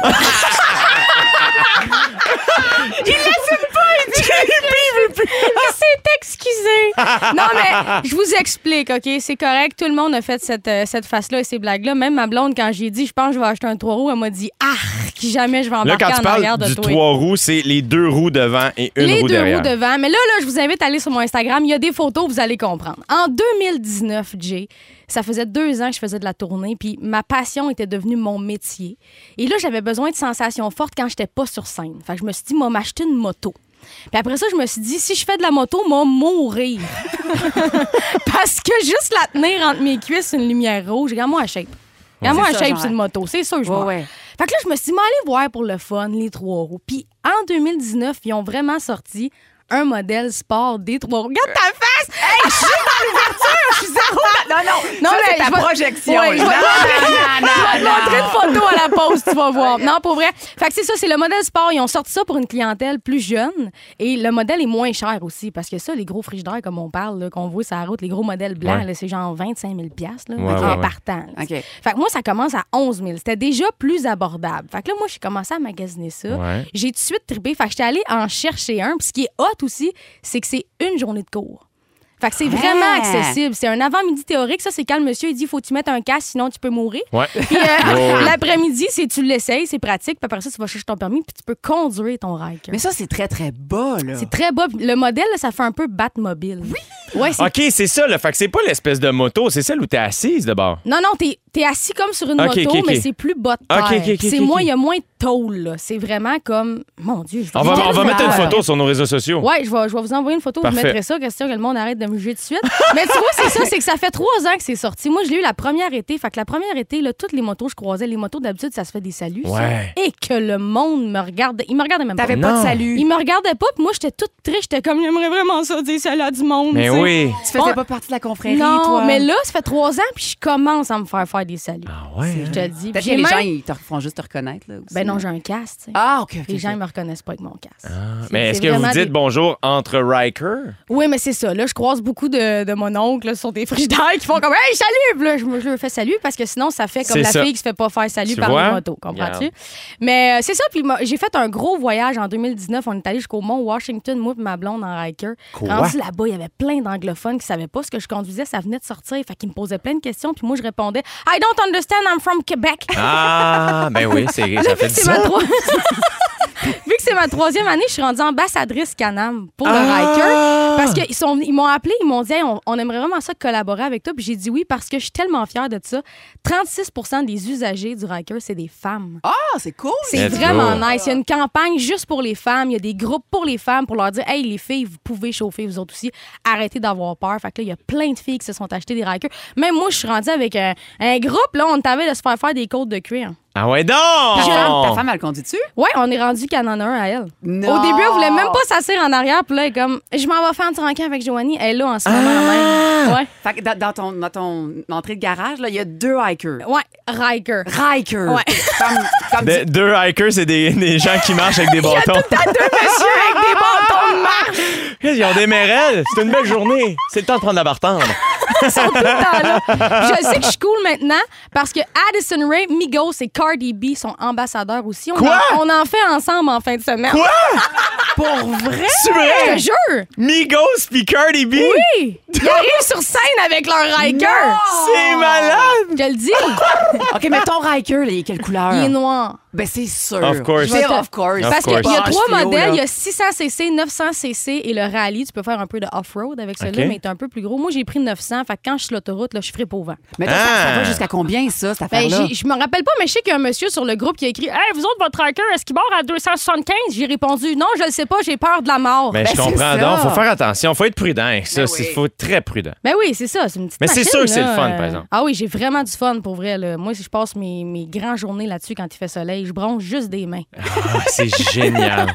Speaker 3: Il s'est excusé. Non, mais je vous explique, OK? C'est correct. Tout le monde a fait cette, euh, cette face-là et ces blagues-là. Même ma blonde, quand j'ai dit, je pense que je vais acheter un 3 roues, elle m'a dit, ah, que jamais je vais
Speaker 2: Là,
Speaker 3: embarquer
Speaker 2: quand tu
Speaker 3: en arrière
Speaker 2: parles du
Speaker 3: de toi.
Speaker 2: trois roues, c'est les deux roues devant et une
Speaker 3: les
Speaker 2: roue
Speaker 3: deux
Speaker 2: derrière.
Speaker 3: roues devant. Mais là, là, je vous invite à aller sur mon Instagram. Il y a des photos, vous allez comprendre. En 2019, Jay, ça faisait deux ans que je faisais de la tournée, puis ma passion était devenue mon métier. Et là, j'avais besoin de sensations fortes quand j'étais pas sur scène. Fait que je me suis dit, moi, m'acheter une moto. Puis après ça, je me suis dit, si je fais de la moto, moi, mourir. Parce que juste la tenir entre mes cuisses, une lumière rouge, regarde-moi la shape. Regarde-moi
Speaker 4: C'est
Speaker 3: la
Speaker 4: ça,
Speaker 3: shape
Speaker 4: genre.
Speaker 3: sur une moto, c'est sûr que je
Speaker 4: Ouais,
Speaker 3: meurs.
Speaker 4: ouais.
Speaker 3: Fait que là, je me suis dit, m'en aller voir pour le fun, les trois roues. Puis en 2019, ils ont vraiment sorti un modèle sport des trois roues. Regarde ta face! Ah, Hey, je suis dans l'ouverture! Je suis zéro dans-
Speaker 4: Non, non.
Speaker 3: Non,
Speaker 4: ça,
Speaker 3: mais
Speaker 4: c'est ta
Speaker 3: je vais-
Speaker 4: projection.
Speaker 3: Ouais, je vais-
Speaker 4: là. Non, non,
Speaker 3: Je vais te
Speaker 4: non, non.
Speaker 3: montrer une photo à la pause, tu vas voir. Non, pour vrai. Fait que c'est ça, c'est le modèle sport. Ils ont sorti ça pour une clientèle plus jeune. Et le modèle est moins cher aussi. Parce que ça, les gros frigidaires, comme on parle, là, qu'on voit sur la route, les gros modèles blancs,
Speaker 2: Ouais.
Speaker 3: là, c'est genre 25 000 là,
Speaker 2: Ouais,
Speaker 3: en
Speaker 2: ouais, ouais.
Speaker 3: partant. là.
Speaker 4: OK.
Speaker 3: Fait que moi, ça commence à 11 000 C'était déjà plus abordable. Fait que là, moi, j'ai commencé à magasiner ça.
Speaker 2: Ouais.
Speaker 3: J'ai tout de suite trippé. Fait que j'étais allée en chercher un. Puis ce qui est hot aussi, c'est que c'est une journée de cours. Fait que c'est vraiment
Speaker 4: Ah!
Speaker 3: accessible. C'est un avant-midi théorique. Ça, c'est quand le monsieur il dit faut que tu mettes un casque, sinon tu peux mourir.
Speaker 2: Ouais.
Speaker 3: Puis euh,
Speaker 2: Ouais, ouais.
Speaker 3: l'après-midi, c'est tu l'essayes, c'est pratique. Puis après ça, tu vas chercher ton permis, puis tu peux conduire ton Riker.
Speaker 4: Mais ça, c'est très, très bas, là.
Speaker 3: C'est très bas. Puis Le modèle, là, ça fait un peu Batmobile. Oui! Ouais, c'est-
Speaker 2: OK, c'est ça. Là. Fait que c'est pas l'espèce de moto, c'est celle où t'es assise de bord.
Speaker 3: Non, non, t'es es assis comme sur une
Speaker 2: Ok,
Speaker 3: moto,
Speaker 2: ok, ok.
Speaker 3: mais c'est plus bas de
Speaker 2: Ok,
Speaker 3: terre.
Speaker 2: ok, ok,
Speaker 3: Puis c'est
Speaker 2: ok,
Speaker 3: moins,
Speaker 2: ok.
Speaker 3: il y a moins de tôle, là. C'est vraiment comme. Mon Dieu, je
Speaker 2: On va,
Speaker 3: vous-
Speaker 2: on va mettre une
Speaker 4: Ah.
Speaker 2: photo sur nos réseaux sociaux.
Speaker 3: Ouais, je vais, je vais vous envoyer une photo,
Speaker 2: Parfait.
Speaker 3: je mettrai ça, question que le monde arrête de me juger tout de suite. Mais tu vois, c'est ça, c'est que ça fait trois ans que c'est sorti. Moi, je l'ai eu la première été. Fait que la première été, là, toutes les motos, je croisais les motos, d'habitude, ça se fait des saluts. ça.
Speaker 2: Ouais.
Speaker 3: Et que le monde me regardait. Il me regardait même pas.
Speaker 4: T'avais pas
Speaker 2: Non.
Speaker 4: de salut.
Speaker 3: Il me regardait pas, puis moi, j'étais toute triste. J'étais comme, j'aimerais vraiment ça dire salut à du monde.
Speaker 2: Mais
Speaker 3: tu sais.
Speaker 2: oui.
Speaker 4: Tu faisais
Speaker 3: On-
Speaker 4: pas partie de la confrérie,
Speaker 3: Non,
Speaker 4: toi.
Speaker 3: mais là, ça fait trois ans, puis je commence à me faire faire des saluts.
Speaker 2: Ah ouais,
Speaker 3: Je te le dis.
Speaker 4: Peut-être que
Speaker 3: J'ai
Speaker 4: les
Speaker 3: même-
Speaker 4: gens, ils te font juste te reconnaître, là. aussi.
Speaker 3: Ben non, j'ai un casque, tu sais.
Speaker 4: Ah, OK, OK.
Speaker 3: Les gens,
Speaker 4: ok.
Speaker 3: ils me reconnaissent pas avec mon casque. C'est-
Speaker 2: Ah, Mais
Speaker 3: c'est
Speaker 2: est-ce que vous
Speaker 3: vraiment
Speaker 2: dites
Speaker 3: des-
Speaker 2: bonjour entre Riker?
Speaker 3: Oui, mais c'est ça. Là, je croise beaucoup de, de mon oncle là, sur des frigidaires qui font comme Hey, salut! Puis là, je, me- je leur fais salut parce que sinon, ça fait comme
Speaker 2: C'est
Speaker 3: la
Speaker 2: ça.
Speaker 3: fille qui se fait pas faire salut
Speaker 2: Tu
Speaker 3: par
Speaker 2: vois?
Speaker 3: les motos, comprends-tu? Mais euh, c'est ça. Puis moi, j'ai fait un gros voyage en 2019. On est allé jusqu'au Mont Washington, moi et ma blonde en hiker.
Speaker 2: Quoi?
Speaker 3: Rendu là-bas, il y avait plein d'anglophones qui savaient pas ce que je conduisais. Ça venait de sortir. Fait qu'ils me posaient plein de questions. Puis moi, je répondais I don't understand, I'm from Quebec.
Speaker 2: Ah, ben oui, c'est, ça fait
Speaker 3: Vu que c'est
Speaker 2: ça.
Speaker 3: ma, troi- Vu que c'est ma troisième année, je suis rendue ambassadrice Canam pour le
Speaker 2: Ah!
Speaker 3: Riker. Parce qu'ils sont venus- ils m'ont appelé, ils m'ont dit Hey, on, on aimerait vraiment ça collaborer avec toi. Puis j'ai dit oui parce que je suis tellement fière de ça. 36 des usagers du Riker, c'est des femmes.
Speaker 4: Ah, c'est cool.
Speaker 3: C'est
Speaker 2: Oh, Let's
Speaker 3: vraiment
Speaker 2: go.
Speaker 3: nice. Il y a une campagne juste pour les femmes. Il y a des groupes pour les femmes pour leur dire Hey, les filles, vous pouvez chauffer, vous autres aussi. Arrêtez d'avoir peur. Fait que là, il y a plein de filles qui se sont achetées des Rikers. Même moi, je suis rendue avec un, un groupe. Là, on t'avait de se faire faire des côtes de cuir.
Speaker 2: Ah ouais, donc!
Speaker 4: Ta femme, ta femme, elle conduit-tu?
Speaker 3: Ouais, on est rendu qu'elle en a un à elle.
Speaker 4: Non.
Speaker 3: Au début, elle voulait même pas s'asseoir en arrière. Puis là, elle est comme, je m'en vais faire un tranquille avec Joanie. Elle est là en ce moment même. Ouais.
Speaker 4: Fait que dans, dans ton, dans ton entrée de garage, là, il y a deux hikers.
Speaker 3: Ouais, Riker.
Speaker 4: Riker.
Speaker 3: Ouais.
Speaker 4: Comme, comme
Speaker 2: De-
Speaker 4: dit-
Speaker 2: deux hikers, c'est des, des gens qui marchent avec des bâtons.
Speaker 4: Monsieur avec des bâtons de marche.
Speaker 2: Ils ont des mérelles. C'est une belle journée. C'est le temps de prendre la bartende.
Speaker 3: Ils sont tout le temps là. Je sais que je suis cool maintenant parce que Addison Rae, Migos et Cardi B sont ambassadeurs aussi. On,
Speaker 2: Quoi?
Speaker 3: En, on en fait ensemble en fin de semaine.
Speaker 2: Quoi?
Speaker 3: Ah! Pour vrai?
Speaker 2: C'est vrai?
Speaker 3: Je te jure.
Speaker 2: Migos pis Cardi B?
Speaker 3: Oui. Ils arrivent sur scène avec leur Riker.
Speaker 2: C'est malade!
Speaker 3: Je le dis.
Speaker 4: OK, mais ton Riker, là, il est quelle couleur?
Speaker 3: Il est noir.
Speaker 4: Ben, c'est sûr.
Speaker 2: Of course.
Speaker 3: Je
Speaker 4: Je vais
Speaker 3: vais
Speaker 4: dire
Speaker 3: te-
Speaker 4: of course.
Speaker 2: Of
Speaker 3: Parce qu'il y
Speaker 2: course.
Speaker 3: a trois
Speaker 4: Ah, je suis
Speaker 3: modèles.
Speaker 4: haut,
Speaker 3: Il y
Speaker 4: là.
Speaker 3: a 600cc, 900cc et le rallye. Tu peux faire un peu de off-road avec celui-là,
Speaker 2: OK.
Speaker 3: mais il est un peu plus gros. Moi, j'ai pris 900. Fait que quand je suis sur l'autoroute, là, je frippe au vent.
Speaker 4: Mais toi, ça- ça va
Speaker 2: Ah.
Speaker 4: jusqu'à combien, ça, cette
Speaker 3: Ben,
Speaker 4: affaire-là?
Speaker 3: j'ai- je me rappelle pas, mais je sais qu'il y a un monsieur sur le groupe qui a écrit Hey, vous autres, votre tracker, est-ce qu'il barre à 275 J'ai répondu Non, je le sais pas, j'ai peur de la mort.
Speaker 2: Mais
Speaker 4: Ben,
Speaker 2: je
Speaker 4: c'est
Speaker 2: comprends
Speaker 4: ça.
Speaker 2: donc. Faut faire attention. Faut être prudent avec ça.
Speaker 4: Ben
Speaker 2: c'est
Speaker 4: oui.
Speaker 2: Faut être très prudent.
Speaker 3: Ben oui, c'est ça, c'est une petite
Speaker 2: Mais c'est
Speaker 3: machine,
Speaker 2: sûr que c'est
Speaker 3: là.
Speaker 2: le fun,
Speaker 3: Euh,
Speaker 2: par exemple.
Speaker 3: Ah oui, j'ai vraiment du fun, pour vrai. là. Moi, si je passe mes, mes grandes journées là-dessus quand il fait soleil, je bronze juste des mains.
Speaker 2: Ah, c'est génial.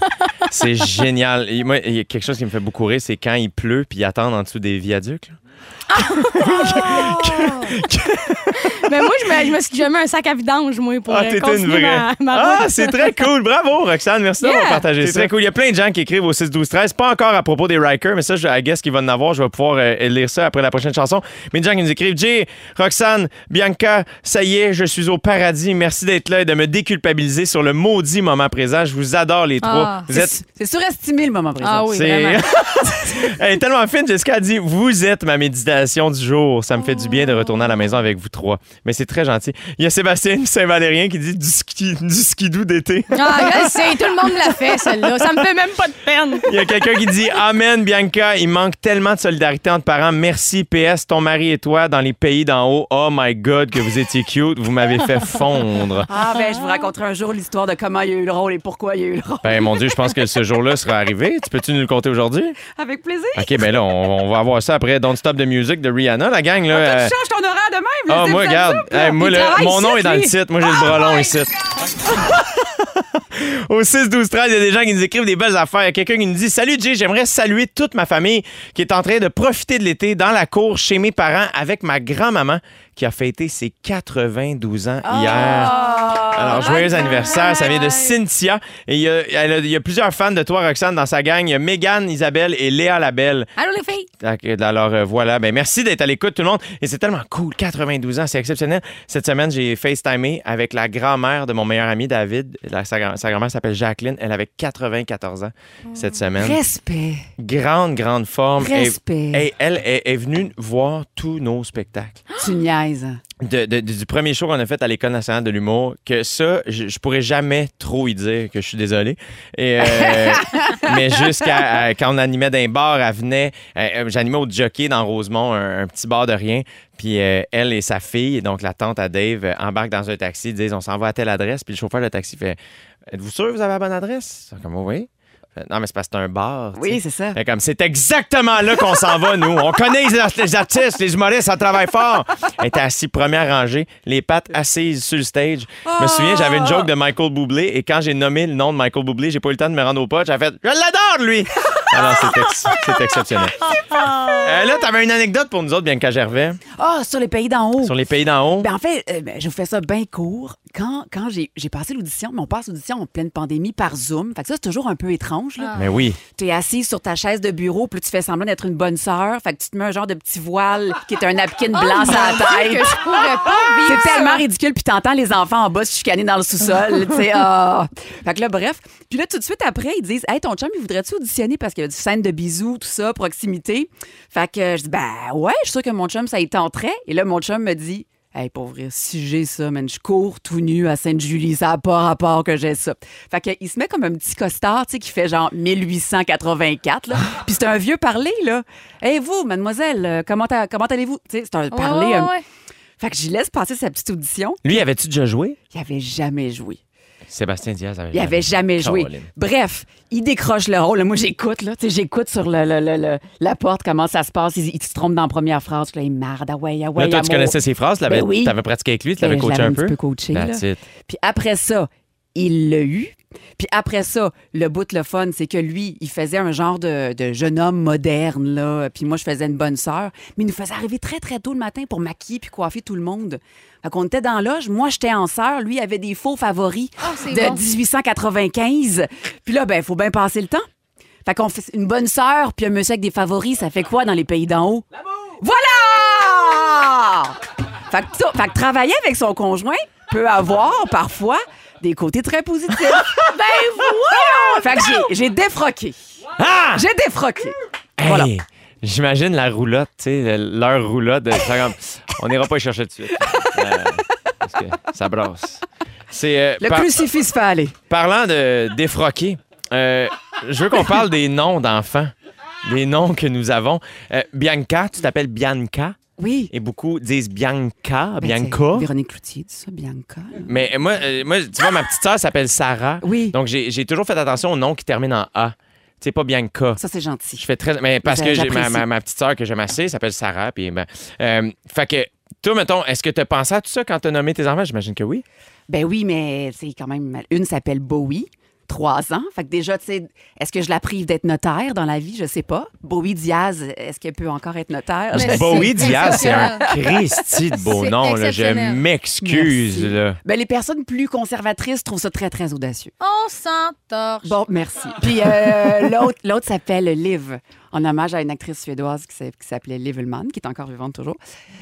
Speaker 2: C'est génial. Et moi, il y a quelque chose qui me fait beaucoup rire, c'est quand il pleut puis ils attendent en dessous des viaducs. là.
Speaker 3: mais moi, je me, je me suis jamais un sac à vidange, moi, pour
Speaker 2: Ah,
Speaker 3: euh,
Speaker 2: t'étais une vraie.
Speaker 3: continuer ma, ma
Speaker 2: ah,
Speaker 3: route.
Speaker 2: c'est très cool. Bravo, Roxane. Merci d'avoir
Speaker 3: Yeah.
Speaker 2: partagé ça. C'est très cool. Il y a plein de gens qui écrivent au 6 12 13 Pas encore à propos des Rikers, mais ça, je I guess qu'ils vont en avoir. Je vais pouvoir euh, lire ça après la prochaine chanson. Mais des gens qui nous écrivent Jay, Roxane, Bianca, ça y est, je suis au paradis. Merci d'être là et de me déculpabiliser sur le maudit moment présent. Je vous adore, les trois.
Speaker 3: Ah.
Speaker 2: Vous êtes
Speaker 4: C'est- C'est surestimé, le moment présent.
Speaker 3: Ah oui,
Speaker 2: C'est-
Speaker 3: vraiment.
Speaker 2: Elle est tellement fine, Jessica a dit Vous êtes ma méditation du jour. Ça me fait du bien de retourner à la maison avec vous trois. Mais c'est très gentil. Il y a Sébastien Saint-Valérien qui dit Du ski du skidoo d'été.
Speaker 3: Ah, je le sais, tout le monde l'a fait, celle-là. Ça me fait même pas de peine.
Speaker 2: Il y a quelqu'un qui dit Amen, Bianca. Il manque tellement de solidarité entre parents. Merci, PS, ton mari et toi dans les pays d'en haut. Oh my God, que vous étiez cute. Vous m'avez fait fondre.
Speaker 4: Ah, ben, je vous raconterai un jour l'histoire de comment il y a eu le rôle et pourquoi il y a eu le rôle.
Speaker 2: Ben, mon Dieu, je pense que ce jour-là sera arrivé. Tu peux-tu nous le compter aujourd'hui?
Speaker 4: Avec plaisir.
Speaker 2: OK, ben là, on, on va avoir ça après Don't Stop the Music de Rihanna, la gang. Là,
Speaker 4: Toi,
Speaker 2: Euh,
Speaker 4: tu changes ton horaire de même.
Speaker 2: Ah,
Speaker 4: c'est
Speaker 2: moi,
Speaker 4: ça,
Speaker 2: regarde.
Speaker 4: ça, là.
Speaker 2: Hey, moi,
Speaker 4: Il
Speaker 2: le-
Speaker 4: travaille
Speaker 2: mon nom
Speaker 4: ici,
Speaker 2: est dans le
Speaker 4: lui.
Speaker 2: titre. Moi, j'ai le
Speaker 4: Oh
Speaker 2: bras long ici. Au 6-12-13, il y a des gens qui nous écrivent des belles affaires. Il y a quelqu'un qui nous dit Salut Jay, j'aimerais saluer toute ma famille qui est en train de profiter de l'été dans la cour chez mes parents avec ma grand-maman qui a fêté ses 92 ans hier.
Speaker 4: Oh!
Speaker 2: Alors, joyeux anniversaire. Ça vient de Cynthia. Et il y, a, elle a- il y a plusieurs fans de toi, Roxane, dans sa gang. Il y a Mégane, Isabelle et Léa Labelle.
Speaker 3: Allô, les filles.
Speaker 2: Donc, euh, Alors euh, voilà, ben, merci d'être à l'écoute tout le monde. Et c'est tellement cool, 92 ans, c'est exceptionnel. Cette semaine, j'ai FaceTimé avec la grand-mère de mon meilleur ami David. La- sa grand- sa grand-mère s'appelle Jacqueline, elle avait 94 ans cette semaine.
Speaker 4: Oh. Respect.
Speaker 2: grande, grande forme. Et-
Speaker 4: Respect.
Speaker 2: Et, elle est, est venue voir tous nos spectacles.
Speaker 4: Tu niaises.
Speaker 2: De- de- du premier show qu'on a fait à l'École nationale de l'humour, que ça, je, je pourrais jamais trop y dire que je suis désolé. Et, euh, mais jusqu'à à- quand on animait d'un bar, elle venait. euh, euh, J'animais au jockey dans Rosemont, un, un petit bar de rien. Puis euh, elle et sa fille, donc la tante à Dave, euh, embarquent dans un taxi, disent on s'en va à telle adresse. Puis le chauffeur de taxi fait Êtes-vous sûr que vous avez la bonne adresse Ils sont Comme oui. Fait, Non, mais c'est parce que c'est un bar. tu sais.
Speaker 4: Oui, c'est ça.
Speaker 2: Fait comme c'est exactement là qu'on s'en va, nous. On connaît les, art- les artistes, les humoristes, ça travaille fort. Elle était assise première rangée, les pattes assises sur le stage. Je me souviens, j'avais une joke de Michael Bublé et quand j'ai nommé le nom de Michael Bublé, Ah j'ai pas eu le temps de me rendre au pote. J'ai fait Je l'adore, lui! Alors, c'est ex- c'est exceptionnel. Euh, là, t'avais une anecdote pour nous autres, Bianca Gervais,
Speaker 4: Ah, sur les pays d'en haut.
Speaker 2: sur les pays d'en haut.
Speaker 4: Ben, en fait, euh, ben, je vous fais ça bien court. Quand, quand j'ai j'ai passé l'audition, mais on passe l'audition en pleine pandémie par Zoom. Fait que ça, c'est toujours un peu étrange. Là.
Speaker 2: Mais oui.
Speaker 4: Tu es assise sur ta chaise de bureau, puis là, tu fais semblant d'être une bonne sœur. Fait que tu te mets un genre de petit voile qui est un napkin blanc sur la
Speaker 3: Peut-être
Speaker 4: tête.
Speaker 3: que je pourrais pas vivre
Speaker 4: C'est
Speaker 3: ça.
Speaker 4: tellement ridicule, puis t'entends les enfants en bas se chicaner dans le sous-sol. tu sais, ah. Fait que là, bref. Puis là, tout de suite après, ils disent Hey, ton chum, il voudrait-tu auditionner parce qu'il y a du scène de bisous, tout ça, proximité. Fait que euh, je dis Ben ouais, je suis sûre que mon chum, ça y tenterait. Et là, mon chum me dit Hey, pour vrai, si j'ai ça, man, je cours tout nu à Sainte-Julie, ça n'a pas rapport que j'ai ça. Fait que, il se met comme un petit costard, tu sais, qui fait genre 1884, là. Puis c'est un vieux parler, là. Hey, vous, mademoiselle, euh, comment, t'a- comment allez-vous? Tu sais, c'est un
Speaker 3: Ouais,
Speaker 4: parler. hein.
Speaker 3: ouais,
Speaker 4: un-
Speaker 3: ouais.
Speaker 4: fait que j'y laisse passer sa petite audition.
Speaker 2: Lui, avait-tu déjà joué?
Speaker 4: Il avait jamais joué.
Speaker 2: Sébastien Diaz avait
Speaker 4: Il avait jamais joué.
Speaker 2: Caroline.
Speaker 4: Bref, il décroche le rôle. Moi, j'écoute, là. Tu sais, J'écoute sur le, le- le- le- la porte comment ça se passe. Il, il se trompe dans la première phrase. Là, il marde. Ah ouais, ah ouais.
Speaker 2: Là, toi, tu
Speaker 4: amour.
Speaker 2: connaissais ses phrases, tu l'avais
Speaker 4: Ben oui.
Speaker 2: t'avais pratiqué avec lui, tu
Speaker 4: Ben,
Speaker 2: l'avais
Speaker 4: je
Speaker 2: coaché
Speaker 4: l'avais
Speaker 2: un
Speaker 4: un
Speaker 2: peu.
Speaker 4: petit peu coaché, là.
Speaker 2: That's it.
Speaker 4: Puis après ça, il l'a eu. Puis après ça, le bout de le fun, c'est que lui, il faisait un genre de, de jeune homme moderne, là. Puis moi, je faisais une bonne sœur. Mais il nous faisait arriver très, très tôt le matin pour maquiller puis coiffer tout le monde. Fait qu'on était dans l'âge. Moi, j'étais en sœur. Lui, il avait des faux favoris
Speaker 3: Ah, c'est
Speaker 4: de
Speaker 3: bon.
Speaker 4: 1895. Puis là, ben, il faut bien passer le temps. Fait qu'on fait une bonne sœur puis un monsieur avec des favoris, ça fait quoi dans les pays d'en haut? Voilà! Fait que, ça- fait que travailler avec son conjoint peut avoir parfois des côtés très positifs. ben voyons! Fait que j'ai- j'ai défroqué.
Speaker 2: Ah!
Speaker 4: J'ai défroqué.
Speaker 2: Hey!
Speaker 4: Voilà.
Speaker 2: J'imagine la roulotte, tu sais, le- leur roulotte. de- par exemple, on n'ira pas y chercher de suite. Euh, parce que ça brasse. C'est, euh,
Speaker 4: Le
Speaker 2: par-
Speaker 4: crucifix fait aller.
Speaker 2: Parlant de défroquer, euh, je veux qu'on parle des noms d'enfants. Des noms que nous avons. Euh, Bianca, tu t'appelles Bianca.
Speaker 4: Oui.
Speaker 2: Et beaucoup disent Bianca,
Speaker 4: Ben, c'est
Speaker 2: Bianca.
Speaker 4: Véronique Cloutier dit ça, Bianca. là.
Speaker 2: Mais euh, moi, euh, moi, tu vois, ma petite sœur s'appelle Sarah.
Speaker 4: Oui.
Speaker 2: Donc, j'ai j'ai toujours fait attention aux noms qui terminent en A. Tu sais, pas Bianca.
Speaker 4: Ça, c'est gentil.
Speaker 2: Je fais très. Mais parce
Speaker 4: Ça,
Speaker 2: que j'ai ma,
Speaker 4: j'apprécie.
Speaker 2: ma- ma petite sœur que j'aime assez s'appelle Sarah. Puis ben, euh, fait que, toi, mettons, est-ce que tu as pensé à tout ça quand tu as nommé tes enfants? J'imagine que oui.
Speaker 4: Ben oui, mais c'est quand même. mal. Une s'appelle Bowie, trois ans. Fait que déjà, tu sais, est-ce que je la prive d'être notaire dans la vie? Je sais pas. Bowie Diaz, est-ce qu'elle peut encore être notaire?
Speaker 3: Mais
Speaker 4: Je-
Speaker 3: Bo-
Speaker 2: Bowie
Speaker 3: Ah, ben, c'est
Speaker 2: Diaz, c'est un
Speaker 3: exceptionnel.
Speaker 2: Christy de beau
Speaker 3: C'est
Speaker 2: nom. là. Je
Speaker 3: exceptionnel.
Speaker 2: m'excuse.
Speaker 4: Merci.
Speaker 2: là.
Speaker 4: Ben, les personnes plus conservatrices trouvent ça très, très audacieux.
Speaker 3: On s'entorche.
Speaker 4: Bon, merci. Puis euh, l'autre, l'autre s'appelle Liv, en hommage à une actrice suédoise qui, s'est- qui s'appelait Liv Ullmann, qui est encore vivante toujours,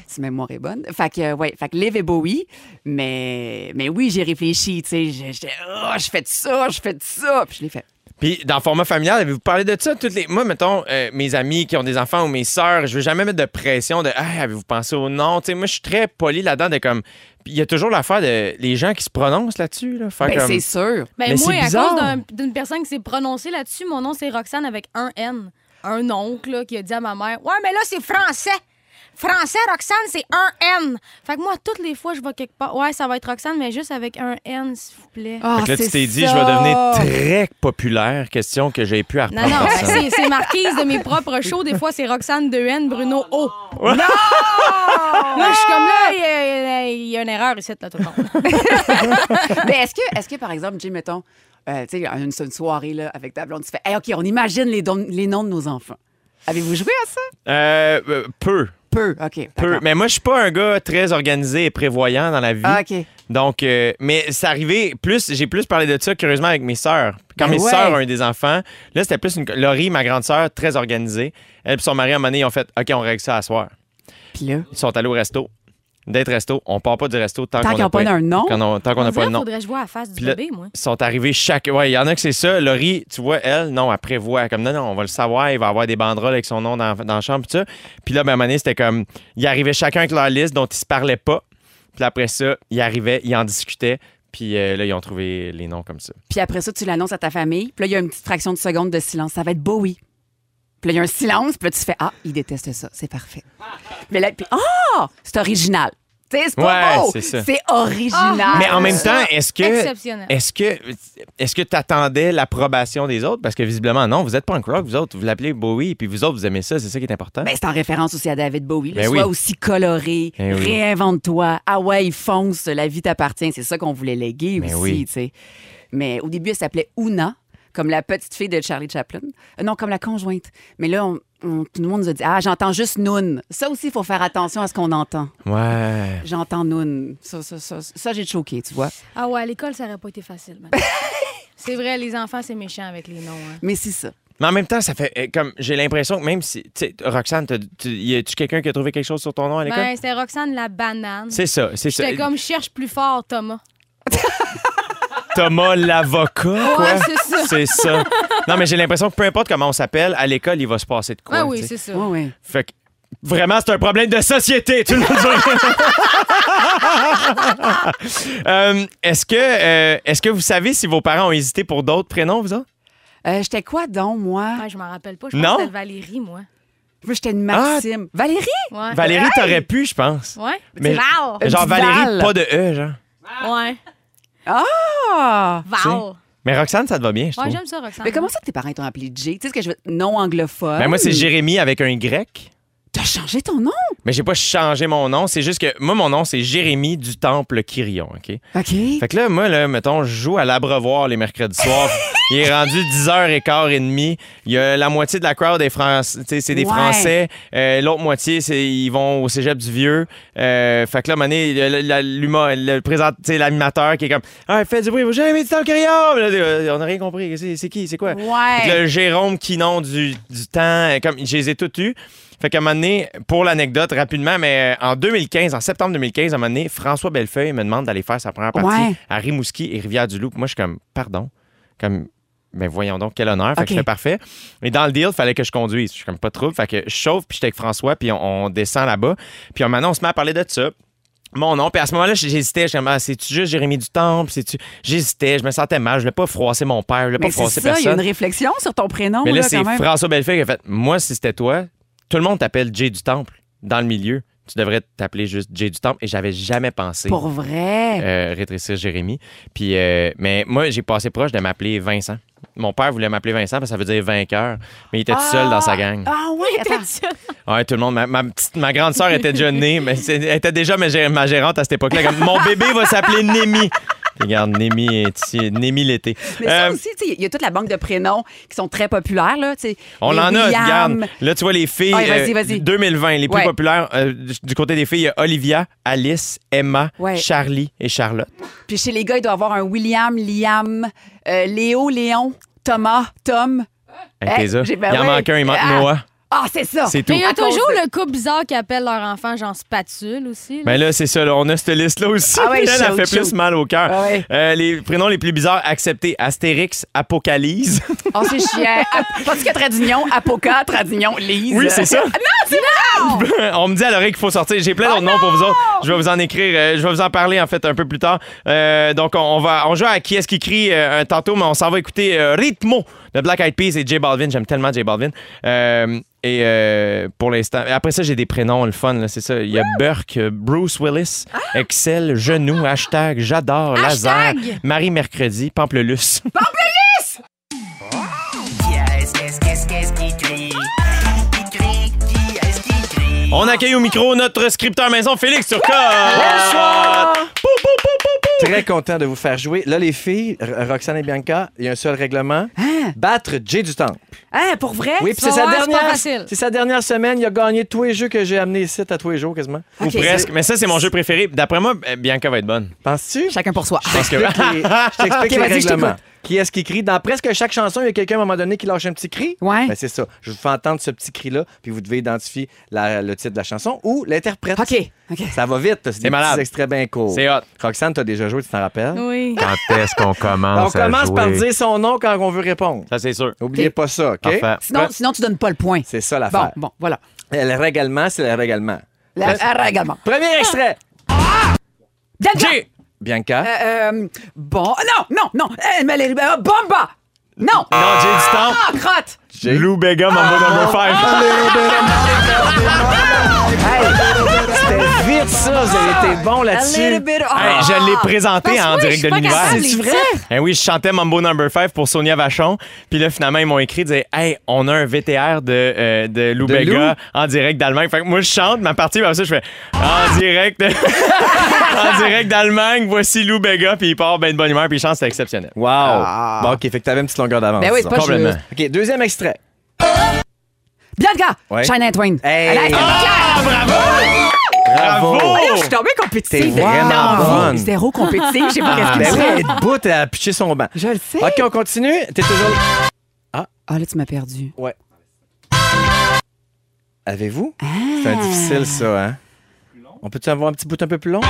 Speaker 4: si ma mémoire est bonne. Fait que, euh, ouais, fait que Liv et Bowie, mais, mais oui, j'ai réfléchi, tu sais, j'ai- j'étais, oh, je fais de ça, je fais de ça, puis je l'ai fait.
Speaker 2: Puis, dans le format familial, avez-vous parlé de ça? Toutes les... Moi, mettons, euh, mes amis qui ont des enfants ou mes sœurs, je veux jamais mettre de pression de Ah, avez-vous pensé au nom? Tu sais, moi, je suis très poli là-dedans. de comme Puis Il y a toujours l'affaire de les gens qui se prononcent là-dessus. Là, Faire
Speaker 4: Ben,
Speaker 2: comme-
Speaker 4: c'est sûr.
Speaker 3: Ben,
Speaker 2: Mais
Speaker 3: moi,
Speaker 2: c'est
Speaker 3: à
Speaker 2: bizarre.
Speaker 3: cause d'un- d'une personne qui s'est prononcée là-dessus, mon nom, c'est Roxane avec un N. Un oncle là, qui a dit à ma mère Ouais, mais là, c'est français. Français, Roxane, c'est un N. Fait que moi, toutes les fois, je vais quelque part. Ouais, ça va être Roxane, mais juste avec un N, s'il vous plaît.
Speaker 4: Ah,
Speaker 2: Fait que là, tu
Speaker 4: c'est
Speaker 2: t'es dit, je
Speaker 4: ça.
Speaker 2: vais devenir très populaire. Question que j'ai pu
Speaker 3: Non,
Speaker 2: apprendre.
Speaker 3: non, ben, c'est- c'est marquise de mes propres shows. Des fois, c'est Roxane 2N, Bruno O. Non! Là, Ah, je suis comme là, il y a- il y, a une erreur ici, là, tout le monde.
Speaker 4: Mais est-ce que, est-ce que, par exemple, Jim, mettons, euh, tu sais, une, une soirée là, avec ta blonde, tu fais, hey, OK, on imagine les, dons- les noms de nos enfants. Avez-vous joué à ça?
Speaker 2: Euh, euh, peu,
Speaker 4: Peu, OK.
Speaker 2: peu.
Speaker 4: d'accord.
Speaker 2: Mais moi, je suis pas un gars très organisé et prévoyant dans la vie.
Speaker 4: Ah, OK.
Speaker 2: Donc, euh, mais c'est arrivé plus, j'ai plus parlé de ça curieusement avec mes sœurs. Quand
Speaker 4: Ben
Speaker 2: mes
Speaker 4: ouais.
Speaker 2: sœurs ont eu des enfants, là, c'était plus une. Laurie, ma grande sœur, très organisée. Elle et son mari, à un moment donné, ils ont fait OK, on règle ça à soir.
Speaker 4: Puis là,
Speaker 2: Ils sont allés au resto. D'être resto, on part pas du resto tant,
Speaker 4: Tant
Speaker 2: qu'on
Speaker 4: qu'ils
Speaker 2: n'a
Speaker 4: ont pas un nom.
Speaker 2: quand on- Tant qu'on
Speaker 3: On
Speaker 2: n'a pas
Speaker 3: dirait
Speaker 2: de nom.
Speaker 3: faudrait que je vois la face du
Speaker 2: Puis là-
Speaker 3: bébé, moi.
Speaker 2: sont arrivés chaque. Ouais, il y en a que c'est ça. Laurie, tu vois, elle, non, elle prévoit. Comme non, non, on va le savoir. Il va avoir des banderoles avec son nom dans, dans la chambre, tout ça. Puis là, ben, à un moment donné, c'était comme. Ils arrivaient chacun avec leur liste dont ils se parlaient pas. Puis après ça, ils arrivaient, ils en discutaient. Puis euh, là, ils ont trouvé les noms comme ça.
Speaker 4: Puis après ça, tu l'annonces à ta famille. Puis là, il y a une petite fraction de seconde de silence. Ça va être Bowie. Puis là, il y a un silence. Puis là, tu fais Ah, il déteste ça. C'est parfait. Mais là, puis Ah, c'est original. Tu sais, c'est
Speaker 2: Ouais,
Speaker 4: pas beau.
Speaker 2: c'est ça.
Speaker 4: C'est original.
Speaker 3: Ah,
Speaker 2: Mais en même
Speaker 3: ça,
Speaker 2: temps, est-ce
Speaker 3: exceptionnel.
Speaker 2: que. Est-ce que. Est-ce que tu attendais l'approbation des autres? Parce que visiblement, non, vous êtes punk rock, vous autres, vous l'appelez Bowie, puis vous autres, vous aimez ça, c'est ça qui est important.
Speaker 4: Ben, c'est en référence aussi à David Bowie. là.
Speaker 2: Ben
Speaker 4: Sois
Speaker 2: oui.
Speaker 4: aussi coloré,
Speaker 2: Ben oui.
Speaker 4: réinvente-toi. Ah ouais, fonce, la vie t'appartient. C'est ça qu'on voulait léguer
Speaker 2: Ben
Speaker 4: aussi,
Speaker 2: oui.
Speaker 4: tu sais. Mais au début, elle s'appelait Una, comme la petite fille de Charlie Chaplin. Euh, non, comme la conjointe. Mais là, on- on- tout le monde nous a dit Ah, j'entends juste noun. Ça aussi, il faut faire attention à ce qu'on entend.
Speaker 2: Ouais.
Speaker 4: J'entends noun. Ça, ça, ça, ça j'ai choqué, tu vois.
Speaker 3: Ah ouais, à l'école, ça aurait pas été facile. madame. c'est vrai, les enfants, c'est méchant avec les noms. hein.
Speaker 4: Mais c'est ça.
Speaker 2: Mais en même temps, ça fait euh, comme j'ai l'impression que même si tu sais, Roxane, t'as- tu- y a-tu quelqu'un qui a trouvé quelque chose sur ton nom à l'école
Speaker 3: Ben, c'était Roxane la banane.
Speaker 2: C'est ça, c'est ça.
Speaker 3: J'étais comme cherche plus fort, Thomas.
Speaker 2: Thomas l'avocat, quoi.
Speaker 3: Ouais, c'est ça.
Speaker 2: C'est ça. Non, mais j'ai l'impression que peu importe comment on s'appelle, à l'école, il va se passer de quoi.
Speaker 3: Ah oui,
Speaker 2: tu sais.
Speaker 3: c'est ça.
Speaker 4: Ouais, ouais.
Speaker 2: Fait que, vraiment, c'est un problème de société, tout le monde dit. Euh, est-ce que, euh, est-ce que vous savez si vos parents ont hésité pour d'autres prénoms, vous autres?
Speaker 4: Euh, j'étais quoi donc, moi?
Speaker 3: Ouais, je m'en rappelle pas. Je pense
Speaker 2: Non.
Speaker 3: que c'était Valérie, moi.
Speaker 4: Moi, j'étais une
Speaker 2: Ah!
Speaker 4: Maxime. Valérie?
Speaker 3: Ouais.
Speaker 2: Valérie, t'aurais pu, je pense.
Speaker 3: Ouais.
Speaker 2: Mais-
Speaker 3: Val.
Speaker 4: Euh,
Speaker 2: Genre
Speaker 4: Petit Val.
Speaker 2: Valérie, pas de E, genre.
Speaker 3: Ouais.
Speaker 4: Ah!
Speaker 3: Val.
Speaker 2: Mais Roxane, ça te va bien, je
Speaker 3: Ouais,
Speaker 2: trouve.
Speaker 3: j'aime ça, Roxane.
Speaker 4: Mais comment ça que tes parents t'ont appelé Jay? Tu sais ce que je veux Non anglophone.
Speaker 2: Ben, moi, c'est Jérémy avec un Y.
Speaker 4: T'as changé ton nom?
Speaker 2: Mais j'ai pas changé mon nom, c'est juste que moi, mon nom, c'est Jérémy du Temple Kyrion, OK?
Speaker 4: OK.
Speaker 2: Fait que là, moi, là, mettons, je joue à l'abreuvoir les mercredis soirs. Il est rendu 10h15 et demi. Il y a la moitié de la crowd est France, tu sais, c'est des
Speaker 4: Ouais.
Speaker 2: Français. Euh, L'autre moitié, c'est ils vont au Cégep du Vieux. Euh, fait que là, à un moment donné, il y a le- la- l'humo- le présent- tu sais, l'animateur qui est comme Ah, fais du bruit, Jérémy du Temple Kyrion! Là, euh, On n'a rien compris. C'est c'est qui? C'est quoi? Fait que
Speaker 4: Ouais.
Speaker 2: le euh, Jérôme Quinon du, du temps, euh, comme je les ai tous eus. Fait qu'à un moment donné, pour l'anecdote, rapidement, mais euh, en 2015, en septembre 2015, à un moment donné, François Bellefeuille me demande d'aller faire sa première partie
Speaker 4: Ouais.
Speaker 2: à Rimouski et Rivière-du-Loup. Puis Moi, je suis comme, pardon, comme, ben voyons donc, quel honneur. Fait
Speaker 4: OK.
Speaker 2: que je fais parfait. Mais dans le deal, il fallait que je conduise. Je suis comme, pas de trouble. Fait que je chauffe, puis j'étais avec François, puis on, on descend là-bas. Puis un moment donné, on se met à parler de ça mon nom. Puis à ce moment-là, j'hésitais. J'étais comme, ah, c'est-tu juste Jérémy Dutemple? C'est-tu- J'hésitais, je me sentais mal. Je voulais pas froisser mon père, je voulais pas
Speaker 4: Mais c'est
Speaker 2: froisser
Speaker 4: ça, il y a
Speaker 2: personne.
Speaker 4: une réflexion sur ton prénom,
Speaker 2: Mais là,
Speaker 4: Oh, là,
Speaker 2: c'est
Speaker 4: quand même.
Speaker 2: François Bellefeuille qui a fait Moi, si c'était toi, tout le monde t'appelle Jay du Temple dans le milieu. Tu devrais t'appeler juste Jay du Temple. Et j'avais jamais pensé
Speaker 4: Pour vrai.
Speaker 2: euh, rétrécir Jérémy. Puis, euh, mais moi, j'ai passé proche de m'appeler Vincent. Mon père voulait m'appeler Vincent parce que ça veut dire vainqueur, mais il était tout seul dans sa gang.
Speaker 4: Ah oui, attends.
Speaker 2: Ouais, tout le monde. Ma, ma petite- ma grande sœur était déjà née, mais c'est- elle était déjà ma, gé- ma gérante à cette époque-là. Comme, Mon bébé va s'appeler Némi. Regarde, Némi est ici, Némi l'été.
Speaker 4: Mais ça
Speaker 2: Euh,
Speaker 4: aussi, tu sais, il y a toute la banque de prénoms qui sont très populaires, là. tu sais.
Speaker 2: On
Speaker 4: Les
Speaker 2: en a,
Speaker 4: William.
Speaker 2: regarde. Là, tu vois, les filles. euh,
Speaker 4: Ouais, vas-y, vas-y.
Speaker 2: 2020, les plus
Speaker 4: Ouais.
Speaker 2: populaires euh, du du côté des filles, il y a Olivia, Alice, Emma,
Speaker 4: Ouais.
Speaker 2: Charlie et Charlotte.
Speaker 4: Puis chez les gars, il doit y avoir un William, Liam, euh, Léo, Léon, Thomas, Tom.
Speaker 2: Hey,
Speaker 4: Hey,
Speaker 2: t'es ça.
Speaker 4: j'ai- ben
Speaker 2: il en
Speaker 4: ouais.
Speaker 2: manque un, il manque
Speaker 4: Ah.
Speaker 2: Noah.
Speaker 4: Ah, c'est ça.
Speaker 2: C'est tout.
Speaker 3: Mais il y a
Speaker 4: À cause
Speaker 3: toujours
Speaker 4: de-
Speaker 3: le couple bizarre qui appelle leur enfant genre spatule aussi. là.
Speaker 2: Mais Ben là, c'est ça, là, on a cette liste-là aussi.
Speaker 4: Ah ouais,
Speaker 2: Elle, elle
Speaker 4: shoot,
Speaker 2: fait plus
Speaker 4: shoot.
Speaker 2: mal au cœur.
Speaker 4: Ah ouais.
Speaker 2: Euh, les prénoms les plus bizarres acceptés Astérix, Apocalypse.
Speaker 4: Oh, c'est chiant. Parce que Tradignon, Apoca, Tradignon, Lise.
Speaker 2: Oui, c'est ça. On me dit à l'oreille qu'il faut sortir. J'ai plein d'autres noms pour vous autres. Je vais vous en écrire. euh, je vais vous en parler, en fait, un peu plus tard. Euh, donc, on, on va, on joue à qui est-ce qui crie euh, tantôt, mais on s'en va écouter euh, Ritmo de Black Eyed Peas et J Balvin. J'aime tellement J Balvin. Euh, et euh, pour l'instant, après ça, j'ai des prénoms, le fun, là, c'est ça. Il y a Burke, euh, Bruce Willis, Excel, Genou, Hashtag, J'adore, Lazare,
Speaker 3: Hashtag.
Speaker 2: Marie Mercredi, Pampleluce. On accueille au micro notre scripteur maison, Félix Turcotte. Bonsoir.
Speaker 6: Très content de vous faire jouer. Là, les filles, R- Roxane et Bianca, il y a un seul règlement.
Speaker 4: Hein?
Speaker 6: Battre Jay du Temple.
Speaker 4: Hein, pour vrai?
Speaker 6: Oui, puis
Speaker 3: vas
Speaker 6: c'est sa
Speaker 3: voir, c'est pas
Speaker 6: dernière.
Speaker 3: facile.
Speaker 6: C'est sa dernière semaine. Il a gagné tous les jeux que j'ai amenés ici à tous les jours quasiment.
Speaker 4: Ok.
Speaker 2: Ou presque. Mais ça, c'est mon jeu préféré. D'après moi, euh, Bianca va être bonne.
Speaker 6: Penses-tu?
Speaker 4: Chacun pour soi.
Speaker 2: Parce que...
Speaker 6: Je t'explique les- je t'explique
Speaker 4: Ok,
Speaker 6: les
Speaker 4: vas-y, je
Speaker 6: règlements.
Speaker 4: t'écoute.
Speaker 6: Qui est-ce qui crie? Dans presque chaque chanson, il y a quelqu'un à un moment donné qui lâche un petit cri.
Speaker 4: Ouais.
Speaker 6: Ben, c'est ça. Je vous fais entendre ce petit cri-là, puis vous devez identifier la- le titre de la chanson ou l'interprète.
Speaker 4: OK. OK.
Speaker 6: Ça va vite. C'est des
Speaker 2: malade.
Speaker 6: petits extraits bien courts.
Speaker 2: C'est hot.
Speaker 6: Roxane, t'as déjà joué, tu t'en rappelles?
Speaker 3: Oui.
Speaker 2: Quand est-ce qu'on
Speaker 6: On
Speaker 2: commence
Speaker 6: commence par dire son nom quand on veut répondre.
Speaker 2: Ça, c'est sûr.
Speaker 6: Oubliez pas ça, OK?
Speaker 2: Parfait.
Speaker 4: Sinon, sinon, tu donnes pas le point.
Speaker 6: C'est ça l'affaire.
Speaker 4: Bon, bon, voilà.
Speaker 6: Le règlement, c'est le règlement.
Speaker 4: La, la- également.
Speaker 6: Premier extrait.
Speaker 4: Bianca!
Speaker 2: Jay.
Speaker 6: Bianca.
Speaker 4: Euh, euh, bon. Non, non, non. Euh, Valérie- euh, Bomba! Non!
Speaker 2: Non, Jay du temps.
Speaker 4: Ah, crotte!
Speaker 6: Jay.
Speaker 2: Lou Bega, Mambo
Speaker 6: Ah!
Speaker 2: Number 5.
Speaker 6: C'était vite ça. Vous avez été bon
Speaker 4: A
Speaker 6: là-dessus.
Speaker 4: little bit of-
Speaker 2: je l'ai présenté
Speaker 3: Ah! Parce que
Speaker 2: en
Speaker 3: moi, je
Speaker 2: direct
Speaker 3: suis
Speaker 2: de
Speaker 3: pas
Speaker 2: l'univers.
Speaker 3: capable, les titres.
Speaker 2: Eh oui, je chantais Mambo Number 5 pour Sonia Vachon. Puis là, finalement, ils m'ont écrit, ils disaient Hey, on a un VTR de, euh, de Lou
Speaker 6: De
Speaker 2: Bega
Speaker 6: Lou.
Speaker 2: en direct d'Allemagne. Fait que moi, je chante ma partie, puis après ça, je fais En direct en direct d'Allemagne, voici Lou Bega, puis il part ben de bonne humeur, puis il chante, c'est exceptionnel.
Speaker 6: Wow. Bon, OK, fait que t'avais une petite longueur d'avance.
Speaker 4: Ben oui, c'est
Speaker 6: disons.
Speaker 4: pas
Speaker 2: Complètement.
Speaker 4: juste.
Speaker 6: OK, deuxième extrait.
Speaker 4: Bianca!
Speaker 6: Ouais.
Speaker 4: Shania Twain.
Speaker 6: Hey!
Speaker 4: Allez, c'est
Speaker 6: Ah!
Speaker 2: Ah, bravo!
Speaker 6: Bravo!
Speaker 4: Voyons, je suis tombée compétitive.
Speaker 6: T'es vraiment
Speaker 4: Non,
Speaker 6: bonne.
Speaker 4: zéro compétitive. Je sais pas qu'est-ce que
Speaker 6: Ben oui,
Speaker 4: c'est.
Speaker 6: elle te bout à pitcher son banc.
Speaker 4: Je le sais.
Speaker 6: OK, on continue. T'es toujours...
Speaker 4: Ah, là, tu m'as perdu.
Speaker 6: Ouais. Avez-vous?
Speaker 4: Ah!
Speaker 6: C'est un difficile, ça, hein? On peut-tu avoir un petit bout un peu plus
Speaker 4: Ah!
Speaker 6: long?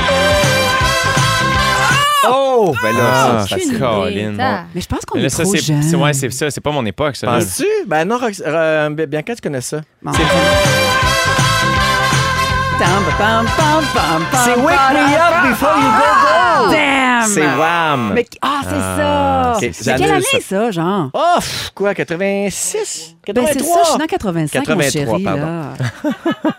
Speaker 6: Oh! Ben là,
Speaker 2: Ah,
Speaker 6: ça,
Speaker 3: Aucune
Speaker 6: c'est
Speaker 3: idée.
Speaker 2: Colin,
Speaker 3: Ah.
Speaker 4: Mais je pense qu'on
Speaker 2: Mais
Speaker 4: est
Speaker 2: là, ça,
Speaker 4: trop
Speaker 2: c'est.
Speaker 4: jeune.
Speaker 2: c'est- Ouais, c'est ça, c'est pas mon époque, ça. là.
Speaker 6: Penses-tu? Ben non, Rox... euh, Bianca, tu connais ça.
Speaker 4: Bon. Tam, pam, pam, pam, pam,
Speaker 6: C'est
Speaker 4: pam,
Speaker 6: Wake
Speaker 4: pam,
Speaker 6: Me Up
Speaker 4: pam.
Speaker 6: Before You Go Go!
Speaker 4: Ah, Damn!
Speaker 6: C'est Wham!
Speaker 4: Mais ah, c'est ça!
Speaker 6: ok,
Speaker 4: Mais
Speaker 6: j'annule
Speaker 4: quelle année,
Speaker 6: ça.
Speaker 4: ça, genre?
Speaker 6: Oh, pff, quoi, 86?
Speaker 4: Ben,
Speaker 6: 83?
Speaker 4: c'est ça, je suis dans 85,
Speaker 6: 83,
Speaker 4: mon chéri.
Speaker 6: pardon.
Speaker 4: Là.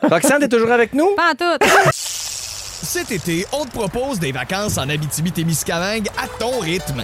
Speaker 6: Roxane, t'es toujours avec nous?
Speaker 3: Pas en tout.
Speaker 5: Cet été, on te propose des vacances en Abitibi-Témiscamingue à ton rythme.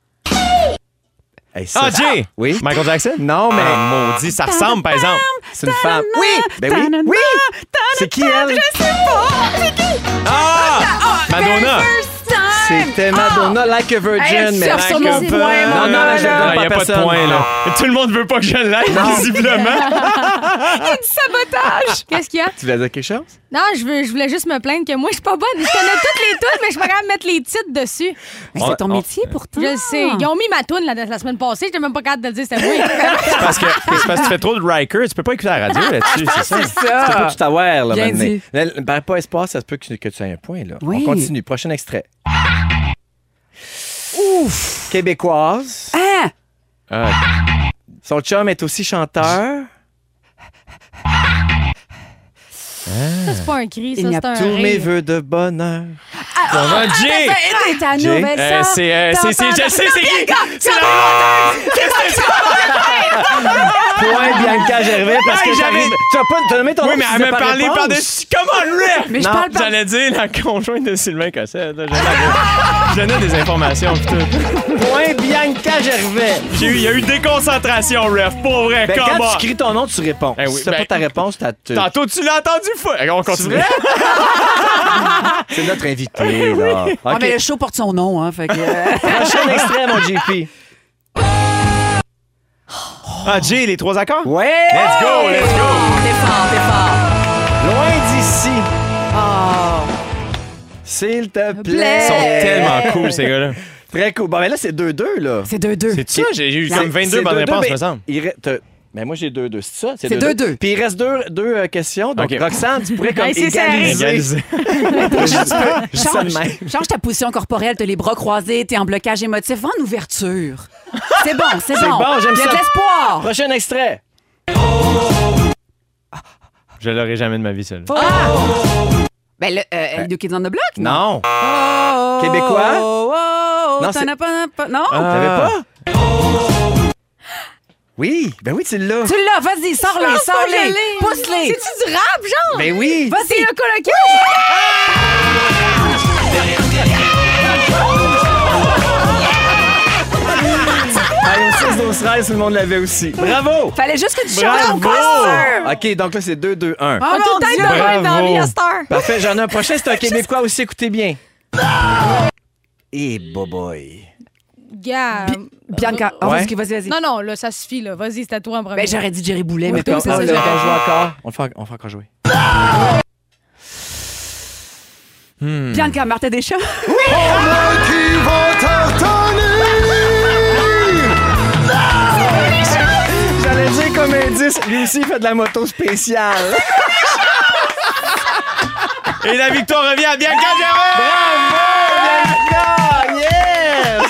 Speaker 6: Hey, ça-
Speaker 2: Ah, Jay!
Speaker 6: Oui?
Speaker 2: Michael Jackson?
Speaker 6: Non, mais...
Speaker 2: Ah, maudit, ça ressemble, par exemple.
Speaker 6: C'est une femme. Oui! Ben oui!
Speaker 4: Ta-na-na,
Speaker 6: Oui! C'est qui, elle?
Speaker 2: Ah! Madonna!
Speaker 6: C'était Madonna, Like a Virgin,
Speaker 4: Ah! Elle
Speaker 6: mais...
Speaker 4: surfe sur
Speaker 2: Like
Speaker 4: mon
Speaker 2: a
Speaker 4: point,
Speaker 2: Virgin.
Speaker 4: mon
Speaker 6: Non, non,
Speaker 4: gars,
Speaker 6: là, je
Speaker 4: là.
Speaker 6: donne
Speaker 2: Il
Speaker 6: pas
Speaker 2: n'y Ah, a pas de
Speaker 6: personne.
Speaker 2: point, là. Tout le monde veut pas que je l'aide, visiblement.
Speaker 3: Qu'est-ce qu'il y a?
Speaker 6: Tu voulais dire quelque chose?
Speaker 3: Non, je, veux, je voulais juste me plaindre que moi, je suis pas bonne. Je connais toutes les toutes, mais je suis pas capable de mettre les titres dessus.
Speaker 4: Mais c'est ton
Speaker 2: On-
Speaker 4: métier, pourtant.
Speaker 3: Je sais. Ils ont mis ma toune la, la semaine passée. J'étais même pas capable de le dire, c'était moi.
Speaker 2: parce, que, c'est parce que tu fais trop de Riker, tu peux pas écouter la radio là-dessus, c'est ça?
Speaker 6: Tu peux pas
Speaker 4: ça.
Speaker 6: tout avoir, là,
Speaker 4: Bien
Speaker 6: maintenant.
Speaker 4: dit.
Speaker 6: Là, le- Par rapport à espace, ça se peut que, tu- que tu aies un point, là.
Speaker 4: Oui.
Speaker 6: On continue. Prochain extrait. Ouf! Québécoise.
Speaker 4: Hein?
Speaker 6: Son chum est aussi chanteur.
Speaker 3: Ça, c'est pas un cri, ça,
Speaker 4: Il n'y a
Speaker 3: c'est un
Speaker 6: Tous mes
Speaker 3: rire.
Speaker 6: vœux de bonheur.
Speaker 2: On
Speaker 4: Ah,
Speaker 2: va Jay!
Speaker 4: T'es ta
Speaker 6: Jay?
Speaker 4: nouvelle
Speaker 2: Euh,
Speaker 4: sœur.
Speaker 2: c'est, euh, c'est, c'est, je sais, c'est qui? C'est la
Speaker 6: Point Bianca Gervais, parce que
Speaker 2: Hey,
Speaker 6: j'arrive.
Speaker 2: j'arrive.
Speaker 6: Tu as pas t'as nommé ton
Speaker 2: Oui,
Speaker 6: nom,
Speaker 2: mais
Speaker 6: tu
Speaker 2: elle
Speaker 6: disais
Speaker 2: m'a
Speaker 6: pas
Speaker 2: parlé
Speaker 6: réponse.
Speaker 2: par-dessus. Comment ref?
Speaker 4: Mais je
Speaker 6: Non,
Speaker 4: parle pas.
Speaker 2: J'allais dire la conjointe de Sylvain Cossette. là, Je donnais des informations. pis tout.
Speaker 6: Point Bianca Gervais.
Speaker 2: J'ai eu- Il y a eu déconcentration, ref. Pour vrai,
Speaker 6: Ben,
Speaker 2: comment?
Speaker 6: quand tu cries ton nom, tu réponds.
Speaker 2: Eh oui,
Speaker 6: si t'as
Speaker 2: ben-
Speaker 6: pas ta réponse, t'as. tu-
Speaker 2: Tantôt, tu l'as entendu fou. On continue.
Speaker 6: C'est notre invité, là.
Speaker 4: Ah, mais
Speaker 6: OK.
Speaker 4: le show porte son nom, hein. Fait que, euh,
Speaker 6: Prochain extrait, mon JP.
Speaker 2: Ah, Jay, les trois accords?
Speaker 6: Ouais!
Speaker 2: Let's go, let's go.
Speaker 4: T'es fort, t'es fort.
Speaker 6: Loin d'ici. S'il te plaît.
Speaker 4: plaît.
Speaker 2: Ils sont tellement cool, ces gars-là.
Speaker 6: Très cool. Bon, mais là, c'est 2-2, là.
Speaker 4: C'est 2-2.
Speaker 2: C'est ça? J'ai eu comme 22
Speaker 6: Ben, C'est
Speaker 2: bonnes
Speaker 6: 2-2,
Speaker 2: réponses,
Speaker 6: mais
Speaker 2: me semble.
Speaker 6: il re- t'as- Mais moi, j'ai 2-2. C'est ça?
Speaker 4: C'est 2-2.
Speaker 6: Puis il reste deux, deux euh, questions. Donc,
Speaker 2: Ok.
Speaker 6: Roxane, tu pourrais comme
Speaker 3: Hey, c'est serré.
Speaker 6: égaliser.
Speaker 2: Égalisé.
Speaker 6: Je dis ça de même.
Speaker 4: Change, change ta position corporelle, t'as les bras croisés, t'es en blocage émotif, va en ouverture. C'est bon, c'est bon.
Speaker 6: bon, j'aime
Speaker 4: Il y a
Speaker 6: ça.
Speaker 4: de l'espoir.
Speaker 6: Prochain extrait.
Speaker 2: Je l'aurais jamais de ma vie seule.
Speaker 4: Oh! Ben, le, euh, New Kids on the Block?
Speaker 6: Non.
Speaker 4: Oh,
Speaker 6: Québécois?
Speaker 4: oh, oh, oh,
Speaker 6: Non,
Speaker 4: t'en
Speaker 6: c'est- Ah.
Speaker 4: as pas- pas- non?
Speaker 6: T'avais pas?
Speaker 2: Ah.
Speaker 6: Oui. Ben oui, tu l'as.
Speaker 4: Tu l'as, vas-y, sors-les, sors-les, pousse-les.
Speaker 3: C'est-tu du rap, genre?
Speaker 6: Ben oui.
Speaker 3: C'est
Speaker 4: Vas-y.
Speaker 3: un colloquial?
Speaker 6: Allez, au 6 12 13, tout le monde l'avait aussi. Bravo.
Speaker 4: Fallait juste que tu chantes
Speaker 6: Bravo.
Speaker 4: encore. Oh,
Speaker 6: OK, donc là, c'est 2-2-1.
Speaker 3: On a
Speaker 4: mon
Speaker 3: tout le temps été
Speaker 4: Dieu.
Speaker 3: heureux dans la vie,
Speaker 2: Bravo.
Speaker 3: à cette heure.
Speaker 6: Parfait, j'en ai un prochain, c'est un Québécois aussi, écoutez bien. Eh, Et boboy.
Speaker 3: Gars.
Speaker 4: Bianca, oh,
Speaker 6: Ouais.
Speaker 4: vas-y, vas-y, vas-y.
Speaker 3: Euh, Non, non, là, ça suffit, là. Vas-y, c'est à toi en premier.
Speaker 4: Ben, j'aurais dit Jerry Boulet, mais
Speaker 3: toi,
Speaker 4: toi,
Speaker 3: c'est
Speaker 4: c'est
Speaker 3: ça,
Speaker 4: ça.
Speaker 6: On le
Speaker 3: j'ai-
Speaker 6: fait jouer encore. On le fait, on le fait encore jouer.
Speaker 4: Bianca, Martin Deschamps.
Speaker 6: J'allais dire comme indice, lui aussi, il fait de la moto spéciale.
Speaker 2: Et la victoire revient à Bianca Gervais!
Speaker 6: Bianca, yes!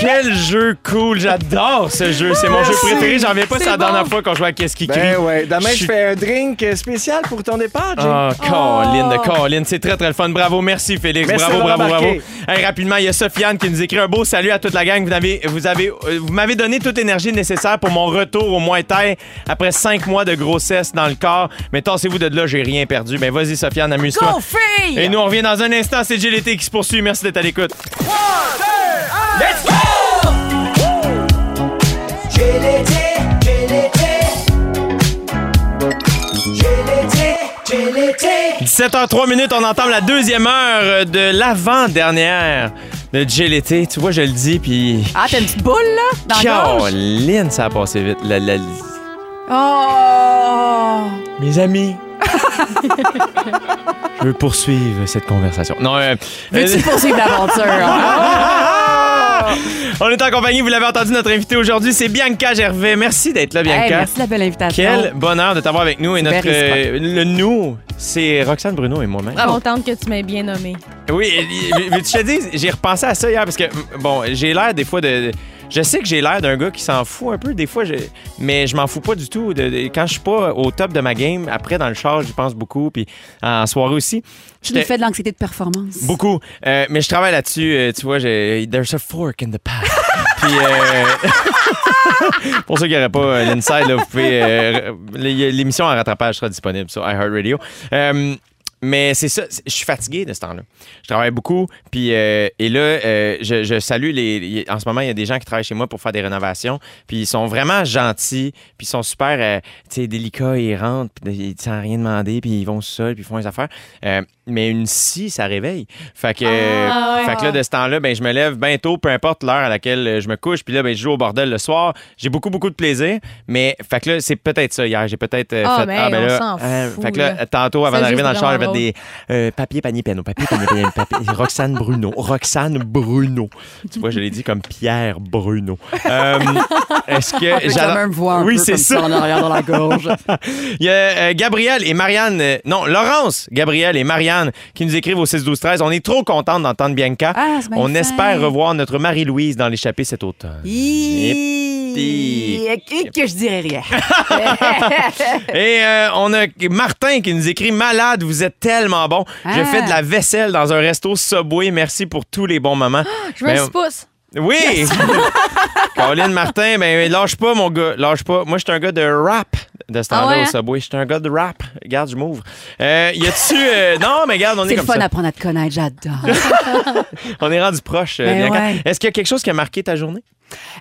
Speaker 2: Quel jeu cool! J'adore ce jeu. C'est mon jeu
Speaker 6: Merci.
Speaker 2: préféré. J'en viens pas, c'est la
Speaker 3: bon.
Speaker 2: dernière fois qu'on jouait à Qu'est-ce qui crie.
Speaker 6: Ben ouais. Demain,
Speaker 2: Je
Speaker 6: je
Speaker 2: suis-
Speaker 6: fais un drink spécial pour ton départ, Jay.
Speaker 2: Oh, Colin, de Colin, c'est très très le fun. Bravo, merci Félix.
Speaker 6: Merci
Speaker 2: bravo,
Speaker 6: d'avoir
Speaker 2: bravo, bravo.
Speaker 6: embarqué.
Speaker 2: Hey, rapidement, il y a Sofiane qui nous écrit un beau salut à toute la gang. Vous avez, vous avez, euh, vous m'avez donné toute l'énergie nécessaire pour mon retour au Muay Thai après cinq mois de grossesse dans le corps. Mais tassez-vous de là, j'ai rien perdu. Ben vas-y, Sofiane, amuse-toi.
Speaker 4: Go, Oh, fille!
Speaker 2: Et nous, on revient dans un instant. C'est GLT qui se poursuit. Merci d'être à l'écoute.
Speaker 1: J'ai l'été, j'ai l'été. J'ai l'été, j'ai l'été.
Speaker 2: 17h03 minutes, on entame la deuxième heure de l'avant-dernière de GLT. Tu vois, je le dis, puis.
Speaker 4: Ah, t'as une petite boule, là, dans la gorge?
Speaker 2: Caroline, ça a passé vite. La- la-
Speaker 4: Oh!
Speaker 2: Mes amis, je veux poursuivre cette conversation. Non, euh,
Speaker 4: Veux-tu poursuivre l'aventure? hein?
Speaker 2: on est en compagnie, vous l'avez entendu, notre invité aujourd'hui, c'est Bianca Gervais. Merci d'être là, Bianca.
Speaker 4: Hey, merci de la belle invitation.
Speaker 2: Quel bonheur de t'avoir avec nous. Et
Speaker 4: C'est
Speaker 2: notre,
Speaker 4: bien
Speaker 2: euh, le nous, c'est Roxane Bruno et moi-même.
Speaker 4: Bravo.
Speaker 3: Contente que tu m'aies bien nommé.
Speaker 4: Ah.
Speaker 2: Oui, et- et- veux-tu que je te dise, j'ai repensé à ça hier parce que, bon, j'ai l'air des fois de. Je sais que j'ai l'air d'un gars qui s'en fout un peu des fois, je- mais je m'en fous pas du tout. De, de- quand je suis pas au top de ma game, après dans le char, j'y pense beaucoup, puis en soirée aussi.
Speaker 4: Tu nous
Speaker 2: j'étais-
Speaker 4: fais de l'anxiété de performance.
Speaker 2: Beaucoup. Euh, mais je travaille là-dessus. euh, tu vois, j'ai- there's a fork in the path. Puis, euh, pour ceux qui n'auraient pas euh, l'inside, là, vous pouvez. euh, r- l'é- L'émission en rattrapage sera disponible sur iHeartRadio. Euh, mais c'est ça, c'est- je suis fatigué de ce temps-là. Je travaille beaucoup, puis euh, et là, euh, je, je salue les, les- En ce moment, il y a des gens qui travaillent chez moi pour faire des rénovations, puis ils sont vraiment gentils, puis ils sont super, euh, tu sais, délicats, ils rentrent, puis ils- sans rien demander, puis ils vont seuls, puis ils font les affaires. Euh, mais une scie, ça réveille. Fait que,
Speaker 3: Ah, ouais.
Speaker 2: fait que là, de ce temps-là, ben, je me lève bientôt, peu importe l'heure à laquelle euh, je me couche. Puis là, ben, je joue au bordel le soir. J'ai beaucoup, beaucoup de plaisir. Mais fait que là, c'est peut-être ça hier. J'ai peut-être euh, fait.
Speaker 3: Ah, mais on s'en fout,
Speaker 2: hein, fait que là,
Speaker 3: là.
Speaker 2: tantôt, avant
Speaker 3: C'est
Speaker 2: d'arriver
Speaker 3: juste
Speaker 2: dans le char, j'ai
Speaker 3: vraiment
Speaker 2: fait des euh, papier, panier, piano. Papier, panier, piano. papier- Roxane Bruno. Roxane Bruno. Tu vois, je l'ai dit comme Pierre Bruno. Euh, Est-ce que.
Speaker 4: Fait Ah, que
Speaker 2: j'adore-
Speaker 4: la même voix un
Speaker 2: oui,
Speaker 4: peu
Speaker 2: c'est
Speaker 4: comme
Speaker 2: ça.
Speaker 4: ça. en arrière dans la gorge.
Speaker 2: Il y a euh, Gabriel et Marianne, euh, non, Laurence, Gabriel et Marianne qui nous écrivent au 6-12-13. On est trop contentes d'entendre Bianca.
Speaker 4: Ah, c'est magnifique.
Speaker 2: On espère revoir notre Marie-Louise dans l'échappée cet automne.
Speaker 4: Hi- Et que je dirais rien.
Speaker 2: Et euh, on a Martin qui nous écrit Malade, vous êtes tellement bon. Je
Speaker 4: Ah.
Speaker 2: fais de la vaisselle dans un resto Subway. Merci pour tous les bons moments.
Speaker 3: Je veux
Speaker 2: Ben,
Speaker 3: un six pouces.
Speaker 2: Oui! Caroline Martin, ben lâche pas, mon gars. Lâche pas. Moi, je suis un gars de rap de ce temps-là
Speaker 3: Ah ouais,
Speaker 2: au
Speaker 3: hein?
Speaker 2: Subway. Je suis un gars de rap. Regarde, je m'ouvre. Euh, y a-tu. euh, non, mais regarde, on est,
Speaker 4: C'est le
Speaker 2: comme
Speaker 4: fun
Speaker 2: ça.
Speaker 4: d'apprendre à te connaître, j'adore.
Speaker 2: On est rendu proche. euh,
Speaker 4: Ben
Speaker 2: Bianca.
Speaker 4: ouais.
Speaker 2: Est-ce qu'il y a quelque chose qui a marqué ta journée?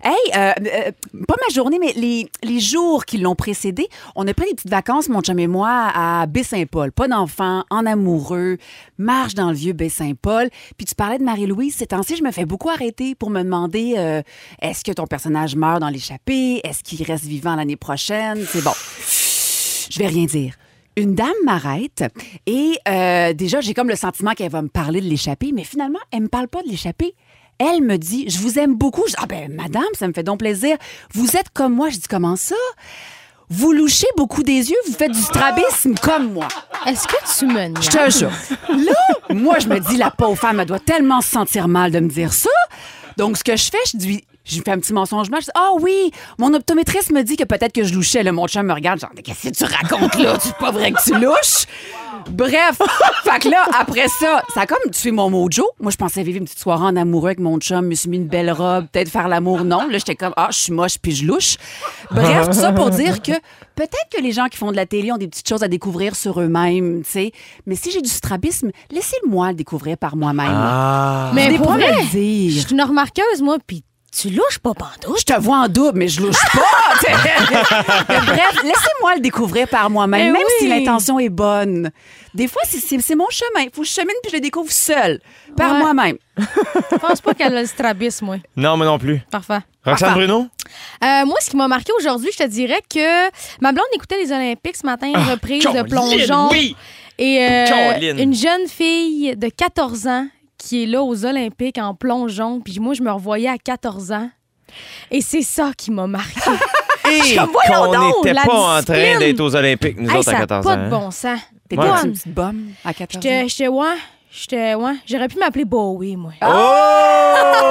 Speaker 4: Hey, euh, euh, pas ma journée, mais les, les jours qui l'ont précédé, on a pris des petites vacances, mon chum et moi, à Baie-Saint-Paul. Pas d'enfants, en amoureux, marche dans le vieux Baie-Saint-Paul. Puis tu parlais de Marie-Louise, ces temps-ci, je me fais beaucoup arrêter pour me demander euh, est-ce que ton personnage meurt dans l'échappée? Est-ce qu'il reste vivant l'année prochaine? C'est bon. Je vais rien dire. Une dame m'arrête et euh, déjà, j'ai comme le sentiment qu'elle va me parler de l'échappée, mais finalement, elle me parle pas de l'échappée. Elle me dit Je vous aime beaucoup. Je dis, Ah ben, madame, ça me fait donc plaisir. Vous êtes comme moi. Je dis Comment ça Vous louchez beaucoup des yeux, vous faites du strabisme comme moi.
Speaker 3: Est-ce que tu me niaises?
Speaker 4: Je te jure. Là, moi, je me dis, la pauvre femme, elle doit tellement se sentir mal de me dire ça. Donc, ce que je fais, je dis, je lui fais un petit mensonge. Je dis, ah oui, mon optométriste me dit que peut-être que je louchais. Là, mon chum me regarde, genre, Mais qu'est-ce que tu racontes là? C'est pas vrai que tu louches. Bref, fait que là, après ça, Ah, ça a comme tué mon mojo. Moi, je pensais vivre une petite soirée en amoureux avec mon chum, me suis mis une belle robe, peut-être faire l'amour. Non, là, j'étais comme, ah, je suis moche puis je louche. Bref, tout ça pour dire que peut-être que les gens qui font de la télé ont des petites choses à découvrir sur eux-mêmes, tu sais. Mais si j'ai du strabisme, laissez-moi le découvrir par moi-même.
Speaker 2: Ah!
Speaker 3: Mais
Speaker 4: Venez
Speaker 3: pour
Speaker 4: pas me
Speaker 3: vrai,
Speaker 4: le dire.
Speaker 3: je suis une remarqueuse, moi, puis tu louches pas pantoute.
Speaker 4: Oh, Je te vois en double, mais je louche pas. tu sais. Mais bref, laissez-moi le découvrir par moi-même,
Speaker 3: Mais
Speaker 4: même
Speaker 3: oui.
Speaker 4: si l'intention est bonne. Des fois, c'est- c'est c'est mon chemin. Il faut que je chemine puis je le découvre seul, par
Speaker 3: Ouais.
Speaker 4: moi-même.
Speaker 3: Je pense pas qu'elle a le strabisme, moi.
Speaker 2: Non, moi non plus.
Speaker 3: Parfait.
Speaker 2: Roxane Bruno?
Speaker 3: Euh, moi, ce qui m'a marqué aujourd'hui, je te dirais que ma blonde écoutait les Olympiques ce matin, reprise de
Speaker 2: Ah, Caroline,
Speaker 3: plongeon.
Speaker 2: Oui!
Speaker 3: Et euh,
Speaker 2: Caroline.
Speaker 3: une jeune fille de 14 ans qui est là aux Olympiques en plongeon. Puis moi, je me revoyais à 14 ans. Et c'est ça qui m'a marqué.
Speaker 2: Et
Speaker 3: comme, voyons
Speaker 2: qu'on
Speaker 3: donc,
Speaker 2: n'était
Speaker 3: la
Speaker 2: pas en train
Speaker 3: discipline.
Speaker 2: d'être aux Olympiques, nous
Speaker 3: Hey,
Speaker 2: autres,
Speaker 3: ça
Speaker 2: à
Speaker 3: n'a
Speaker 2: 14 ans.
Speaker 3: pas de
Speaker 2: hein.
Speaker 3: bon sens.
Speaker 4: T'es
Speaker 2: Ouais.
Speaker 4: pas une petite bombe à 14 ans.
Speaker 3: J'étais, j'étais, ouais, J'étais, ouais, j'aurais pu m'appeler Bowie, moi.
Speaker 2: Oh!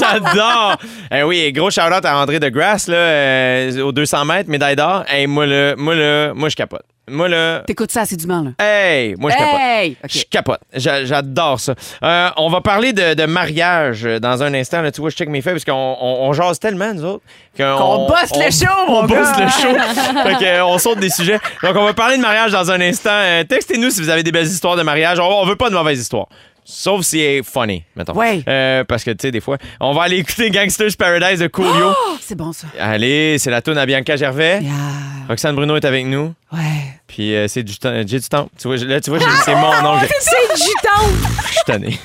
Speaker 2: J'adore! Eh oui, gros shout-out à André de Grasse, là, euh, aux 200 mètres, médaille d'or. Eh, moi, là, moi, là, moi, je capote. Moi, là,
Speaker 4: T'écoutes ça assidûment, là.
Speaker 2: hey, moi, je capote.
Speaker 4: Hey! OK.
Speaker 2: Je capote. J'a- J'adore ça. Euh, on va parler de, de mariage euh, dans un instant. Là, tu vois, je check mes feuilles parce qu'on on, on jase tellement, nous autres. Qu'on
Speaker 4: Qu'on bosse le show, mon
Speaker 2: On bosse
Speaker 4: gars.
Speaker 2: le show. fait que, euh, on saute des sujets. Donc, on va parler de mariage dans un instant. Euh, Textez-nous si vous avez des belles histoires de mariage. On, on veut pas de mauvaises histoires. Sauf si c'est funny, mettons.
Speaker 4: Ouais.
Speaker 2: Euh, parce que, tu sais, des fois, on va aller écouter Gangster's Paradise de Coolio.
Speaker 3: Ah,
Speaker 4: Oh, c'est bon, ça.
Speaker 2: Allez, c'est la toune à Bianca Gervais.
Speaker 4: Yeah.
Speaker 2: Roxane Bruno est avec nous.
Speaker 4: Ouais.
Speaker 2: Puis, euh, c'est du temps. J'ai du temps. Tu vois, je- là, tu vois, j'ai- c'est mon nom. que-
Speaker 3: C'est du temps!
Speaker 2: suis tanné.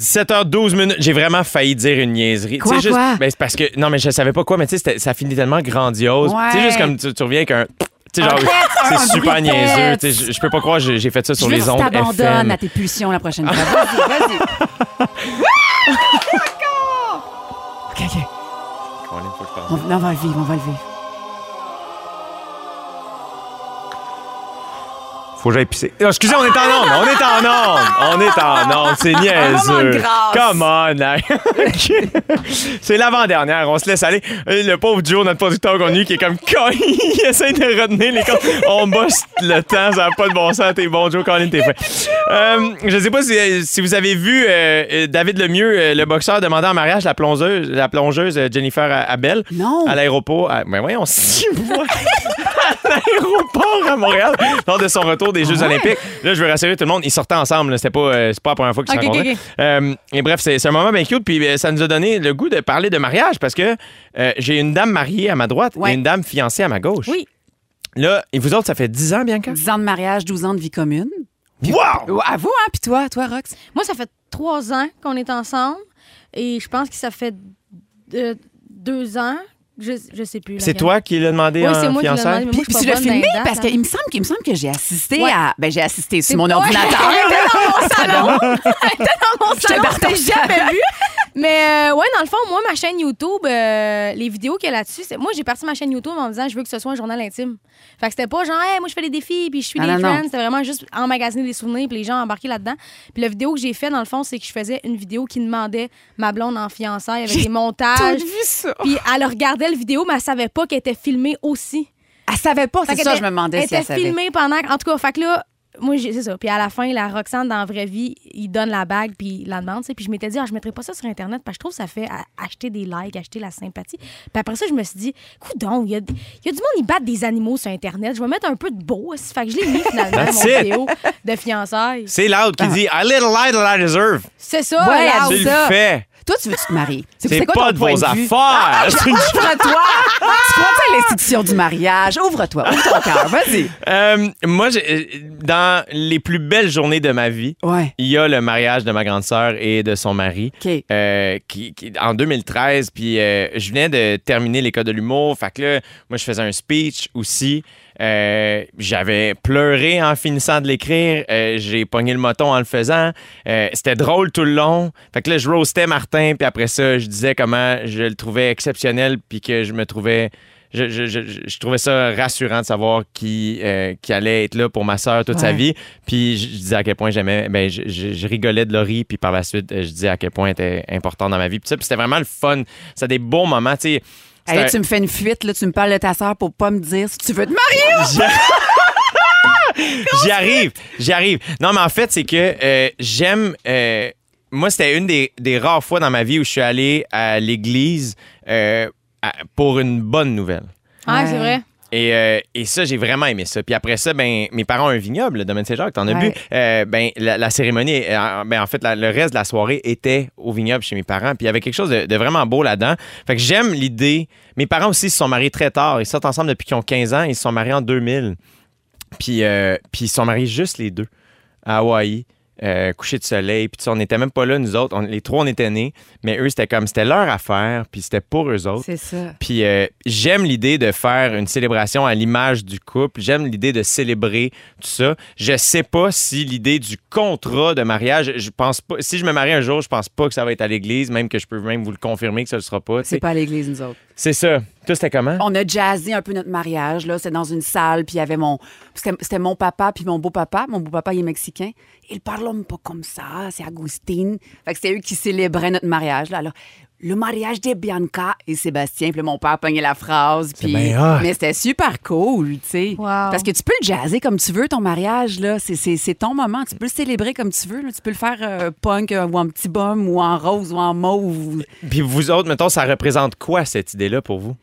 Speaker 2: 17h12 minutes, j'ai vraiment failli dire une niaiserie. Tu
Speaker 4: Quoi,
Speaker 2: sais, juste-
Speaker 4: quoi?
Speaker 2: Ben, c'est parce que non mais je savais pas quoi mais tu sais c'était- ça finit tellement grandiose.
Speaker 4: Ouais.
Speaker 2: Tu sais juste comme tu, tu reviens avec un tu sais genre
Speaker 4: un
Speaker 2: c'est super
Speaker 4: bruit de
Speaker 2: niaiseux,
Speaker 4: tête.
Speaker 2: tu sais, je je peux pas croire que j'ai j'ai fait ça
Speaker 4: Je
Speaker 2: sur
Speaker 4: veux que
Speaker 2: les
Speaker 4: tu
Speaker 2: ondes
Speaker 4: t'abandonnes
Speaker 2: FM.
Speaker 4: à tes pulsions la prochaine fois. Vas-y, vas-y. OK, OK. On, non, on va le vivre, on va le vivre.
Speaker 2: Faut que j'aille pisser. Ah, excusez, on est en onde, on est en onde, on est en onde, c'est
Speaker 4: moment de
Speaker 2: niaiseux.
Speaker 4: grâce.
Speaker 2: Come on. hey. OK. C'est l'avant-dernière, on se laisse aller. Et Le pauvre Joe, notre producteur qu'on a eu, qui est comme con, il essaie de retenir les comptes. On bosse le temps, ça n'a pas de bon sens, t'es bon Joe, Colin, t'es fait. Euh, je sais pas si, si vous avez vu euh, euh, David Lemieux, euh, le boxeur, demander en mariage la plongeuse, la plongeuse euh, Jennifer Abel
Speaker 4: Non.
Speaker 2: à l'aéroport. à- Ben oui, on s'y voit. à l'aéroport à Montréal lors de son retour des Jeux
Speaker 3: Ah
Speaker 2: Olympiques. Là, je veux rassurer tout le monde, ils sortaient ensemble. là. C'était pas, euh, c'est pas la première fois qu'ils se
Speaker 3: Ok, ok,
Speaker 2: rencontraient. Euh, et bref, c'est c'est un moment bien cute. Puis euh, ça nous a donné le goût de parler de mariage parce que euh, j'ai une dame mariée à ma droite
Speaker 4: Ouais.
Speaker 2: et une dame fiancée à ma gauche.
Speaker 3: Oui.
Speaker 2: Là, et vous autres, ça fait 10 ans, Bianca?
Speaker 4: 10 ans de mariage, 12 ans de vie commune.
Speaker 2: Wow!
Speaker 4: Oh, à vous, hein? Puis toi, toi, Rox?
Speaker 3: Moi, ça fait trois ans qu'on est ensemble et je pense que ça fait euh, deux ans. Je, je sais plus.
Speaker 2: C'est
Speaker 3: laquelle.
Speaker 2: toi qui l'as demandé
Speaker 3: Oui,
Speaker 2: en
Speaker 3: c'est moi qui l'ai
Speaker 2: fiançailles?
Speaker 3: demandé. mais moi,
Speaker 4: Puis,
Speaker 3: je suis pas
Speaker 4: puis tu
Speaker 3: bonne
Speaker 4: l'as
Speaker 3: dans
Speaker 4: filmé
Speaker 3: les dates,
Speaker 4: parce
Speaker 3: hein.
Speaker 4: qu'il me semble, qu'il me semble que j'ai assisté
Speaker 3: Ouais.
Speaker 4: à. Ben, j'ai assisté sur mon
Speaker 3: Ouais.
Speaker 4: ordinateur.
Speaker 3: Elle était dans mon salon. Elle était dans mon
Speaker 4: Je te
Speaker 3: salon.
Speaker 4: partage
Speaker 3: Je t'ai jamais vu. Mais euh, ouais, dans le fond, moi, ma chaîne YouTube, euh, les vidéos qu'il y a là-dessus, c'est- moi, j'ai parti ma chaîne YouTube en me disant, je veux que ce soit un journal intime. Fait que c'était pas genre, hey, moi, je fais des défis, puis je suis
Speaker 4: Ah,
Speaker 3: des
Speaker 4: non, non.
Speaker 3: trends. C'était vraiment juste emmagasiner des souvenirs, puis les gens embarqués là-dedans. Puis la vidéo que j'ai fait, dans le fond, c'est que je faisais une vidéo qui demandait ma blonde en fiançailles avec des montages.
Speaker 4: T'as vu ça?
Speaker 3: Puis elle regardait la vidéo, mais elle savait pas qu'elle était filmée aussi.
Speaker 4: Elle savait pas,
Speaker 3: Fait
Speaker 4: c'est
Speaker 3: qu'elle
Speaker 4: ça,
Speaker 3: était-
Speaker 4: je me demandais
Speaker 3: elle
Speaker 4: si elle
Speaker 3: était
Speaker 4: savait.
Speaker 3: filmée pendant. En tout cas, fait que là, moi, j'ai- c'est ça. Puis à la fin, la Roxane, dans la vraie vie, il donne la bague, puis il la demande. tu sais. Puis je m'étais dit, ah, je mettrais pas ça sur Internet, parce que je trouve que ça fait à- acheter des likes, acheter la sympathie. Puis après ça, je me suis dit, coudon, il y a, il y a du monde, ils battent des animaux sur Internet. Je vais mettre un peu de beau. aussi. Fait que je l'ai mis finalement,
Speaker 2: That's
Speaker 3: mon
Speaker 2: it.
Speaker 3: vidéo de fiançailles.
Speaker 2: C'est Loud qui dit A little light that I deserve.
Speaker 3: C'est Ah. ça,
Speaker 4: Ouais,
Speaker 3: là,
Speaker 4: elle
Speaker 2: Tu
Speaker 4: dit
Speaker 2: le
Speaker 4: ça.
Speaker 2: fais.
Speaker 4: Toi, tu veux-tu te marier?
Speaker 2: C'est
Speaker 4: quoi ton
Speaker 2: pas de
Speaker 4: point
Speaker 2: vos
Speaker 4: vue?
Speaker 2: affaires. C'est une
Speaker 4: Ouvre-toi! tu crois à l'institution du mariage? Ouvre-toi, ouvre ton cœur, vas-y.
Speaker 2: Euh, moi, j'ai- euh, dans les plus belles journées de ma vie,
Speaker 4: Ouais.
Speaker 2: il y a le mariage de ma grande sœur et de son mari.
Speaker 4: OK.
Speaker 2: euh, qui, qui- en 2013, puis euh, je venais de terminer l'école de l'humour. Fait que là, moi, je faisais un speech aussi. Euh, J'avais pleuré en finissant de l'écrire. Euh, J'ai pogné le moton en le faisant. Euh, C'était drôle tout le long. Fait que là, je roastais Martin, puis après ça, je disais comment je le trouvais exceptionnel, puis que je me trouvais je, je- je- je- je trouvais ça rassurant de savoir qui, euh, qui allait être là pour ma sœur toute sa
Speaker 4: Ouais.
Speaker 2: vie. Puis je, je disais à quel point j'aimais, ben, je, je- je rigolais de Laurie, puis par la suite, euh, je disais à quel point elle était importante dans ma vie. Puis ça, puis c'était vraiment le fun. C'était des bons moments, tu sais.
Speaker 4: Hey, là,
Speaker 2: C'était-
Speaker 4: tu me fais une fuite, là, tu me parles de ta sœur pour pas me dire si tu veux te marier.
Speaker 2: J'y arrive, j'y arrive. Non, mais en fait, c'est que euh, j'aime. euh, moi, c'était une des, des rares fois dans ma vie où je suis allé à l'église euh, à- pour une bonne nouvelle.
Speaker 3: Ah, c'est vrai.
Speaker 2: Et, euh, et ça, j'ai vraiment aimé ça. Puis après ça, ben, mes parents ont un vignoble, le domaine Saint-Jacques, t'en as
Speaker 4: Ouais.
Speaker 2: bu. Euh, ben, la, la cérémonie, euh, ben, en fait, la- le reste de la soirée était au vignoble chez mes parents. Puis il y avait quelque chose de, de vraiment beau là-dedans. Fait que j'aime l'idée. Mes parents aussi se sont mariés très tard. Ils sortent ensemble depuis qu'ils ont 15 ans. Ils se sont mariés en 2000. Puis, euh, puis ils se sont mariés juste les deux à Hawaï. euh, coucher de soleil, puis tu sais, on n'était même pas là, nous autres. On- les trois, on était nés, mais eux, c'était comme, c'était leur affaire, puis c'était pour eux autres.
Speaker 4: C'est ça.
Speaker 2: Puis euh, j'aime l'idée de faire une célébration à l'image du couple. J'aime l'idée de célébrer tout ça. Je sais pas si l'idée du contrat de mariage, je pense pas. Si je me marie un jour, je pense pas que ça va être à l'église, même que je peux même vous le confirmer que ça le sera pas. tu
Speaker 4: C'est
Speaker 2: sais.
Speaker 4: pas à l'église, nous autres.
Speaker 2: C'est ça. Toi, c'était comment?
Speaker 4: On a jazzé un peu notre mariage. là. C'était dans une salle, puis il y avait mon. C'était c'était mon papa, puis mon beau-papa. Mon beau-papa, il est mexicain. Il parle pas comme ça, c'est Agustin. Fait que c'était eux qui célébraient notre mariage. Là. Alors, le mariage de Bianca et Sébastien. Puis là, mon père pognait la phrase. Puis...
Speaker 2: bien hot.
Speaker 4: Mais c'était super cool, tu sais.
Speaker 3: Wow.
Speaker 4: Parce que tu peux le jazzer comme tu veux, ton mariage. là. C'est- C'est c'est ton moment. Tu peux le célébrer comme tu veux. là. Tu peux le faire euh, punk euh, ou en petit bum ou en rose ou en mauve. ou-
Speaker 2: Puis vous autres, mettons, ça représente quoi cette idée-là pour vous?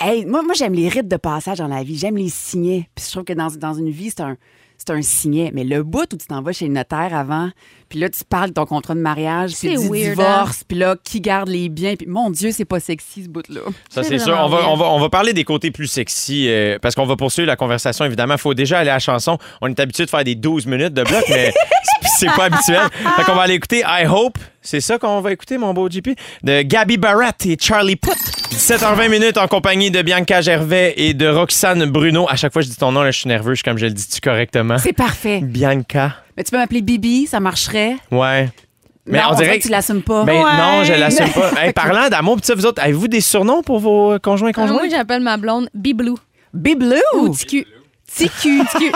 Speaker 4: Hey, moi, moi j'aime les rites de passage dans la vie. J'aime les signets. Puis je trouve que dans, dans une vie, c'est un, c'est un signet. Mais le bout où tu t'en vas chez le notaire avant, puis là, tu parles de ton contrat de mariage, puis
Speaker 3: C'est
Speaker 4: du
Speaker 3: weird, hein?
Speaker 4: divorce, puis là, qui garde les biens. Puis mon Dieu, c'est pas sexy, ce bout-là.
Speaker 2: Ça,
Speaker 3: C'est
Speaker 2: c'est sûr.
Speaker 3: vraiment
Speaker 2: On va,
Speaker 3: bien.
Speaker 2: on, va, on va parler des côtés plus sexy euh, parce qu'on va poursuivre la conversation, évidemment. Il faut déjà aller à la chanson. On est habitué de faire des 12 minutes de bloc, mais c'est c'est pas habituel. Fait qu'on va aller écouter I Hope. C'est ça qu'on va écouter, mon beau JP, de Gabby Barrett et Charlie Putt. 17h20 minutes en compagnie de Bianca Gervais et de Roxane Bruno. À chaque fois que je dis ton nom, là, je suis nerveux. Je suis comme je le dis-tu correctement?
Speaker 4: C'est parfait.
Speaker 2: Bianca.
Speaker 4: Mais tu peux m'appeler Bibi, ça marcherait.
Speaker 2: Ouais. Mais
Speaker 4: Non,
Speaker 2: on dirait
Speaker 4: dirait que tu l'assumes pas.
Speaker 2: Mais
Speaker 3: Ouais.
Speaker 2: non, je l'assume pas. Hey, parlant d'amour, pis ça, vous autres, avez-vous des surnoms pour vos conjoints et
Speaker 3: Euh, Moi,
Speaker 2: conjointes?
Speaker 3: j'appelle ma blonde Biblou.
Speaker 4: Biblou!
Speaker 3: Ou TQ. TQ. TQ. Ouais.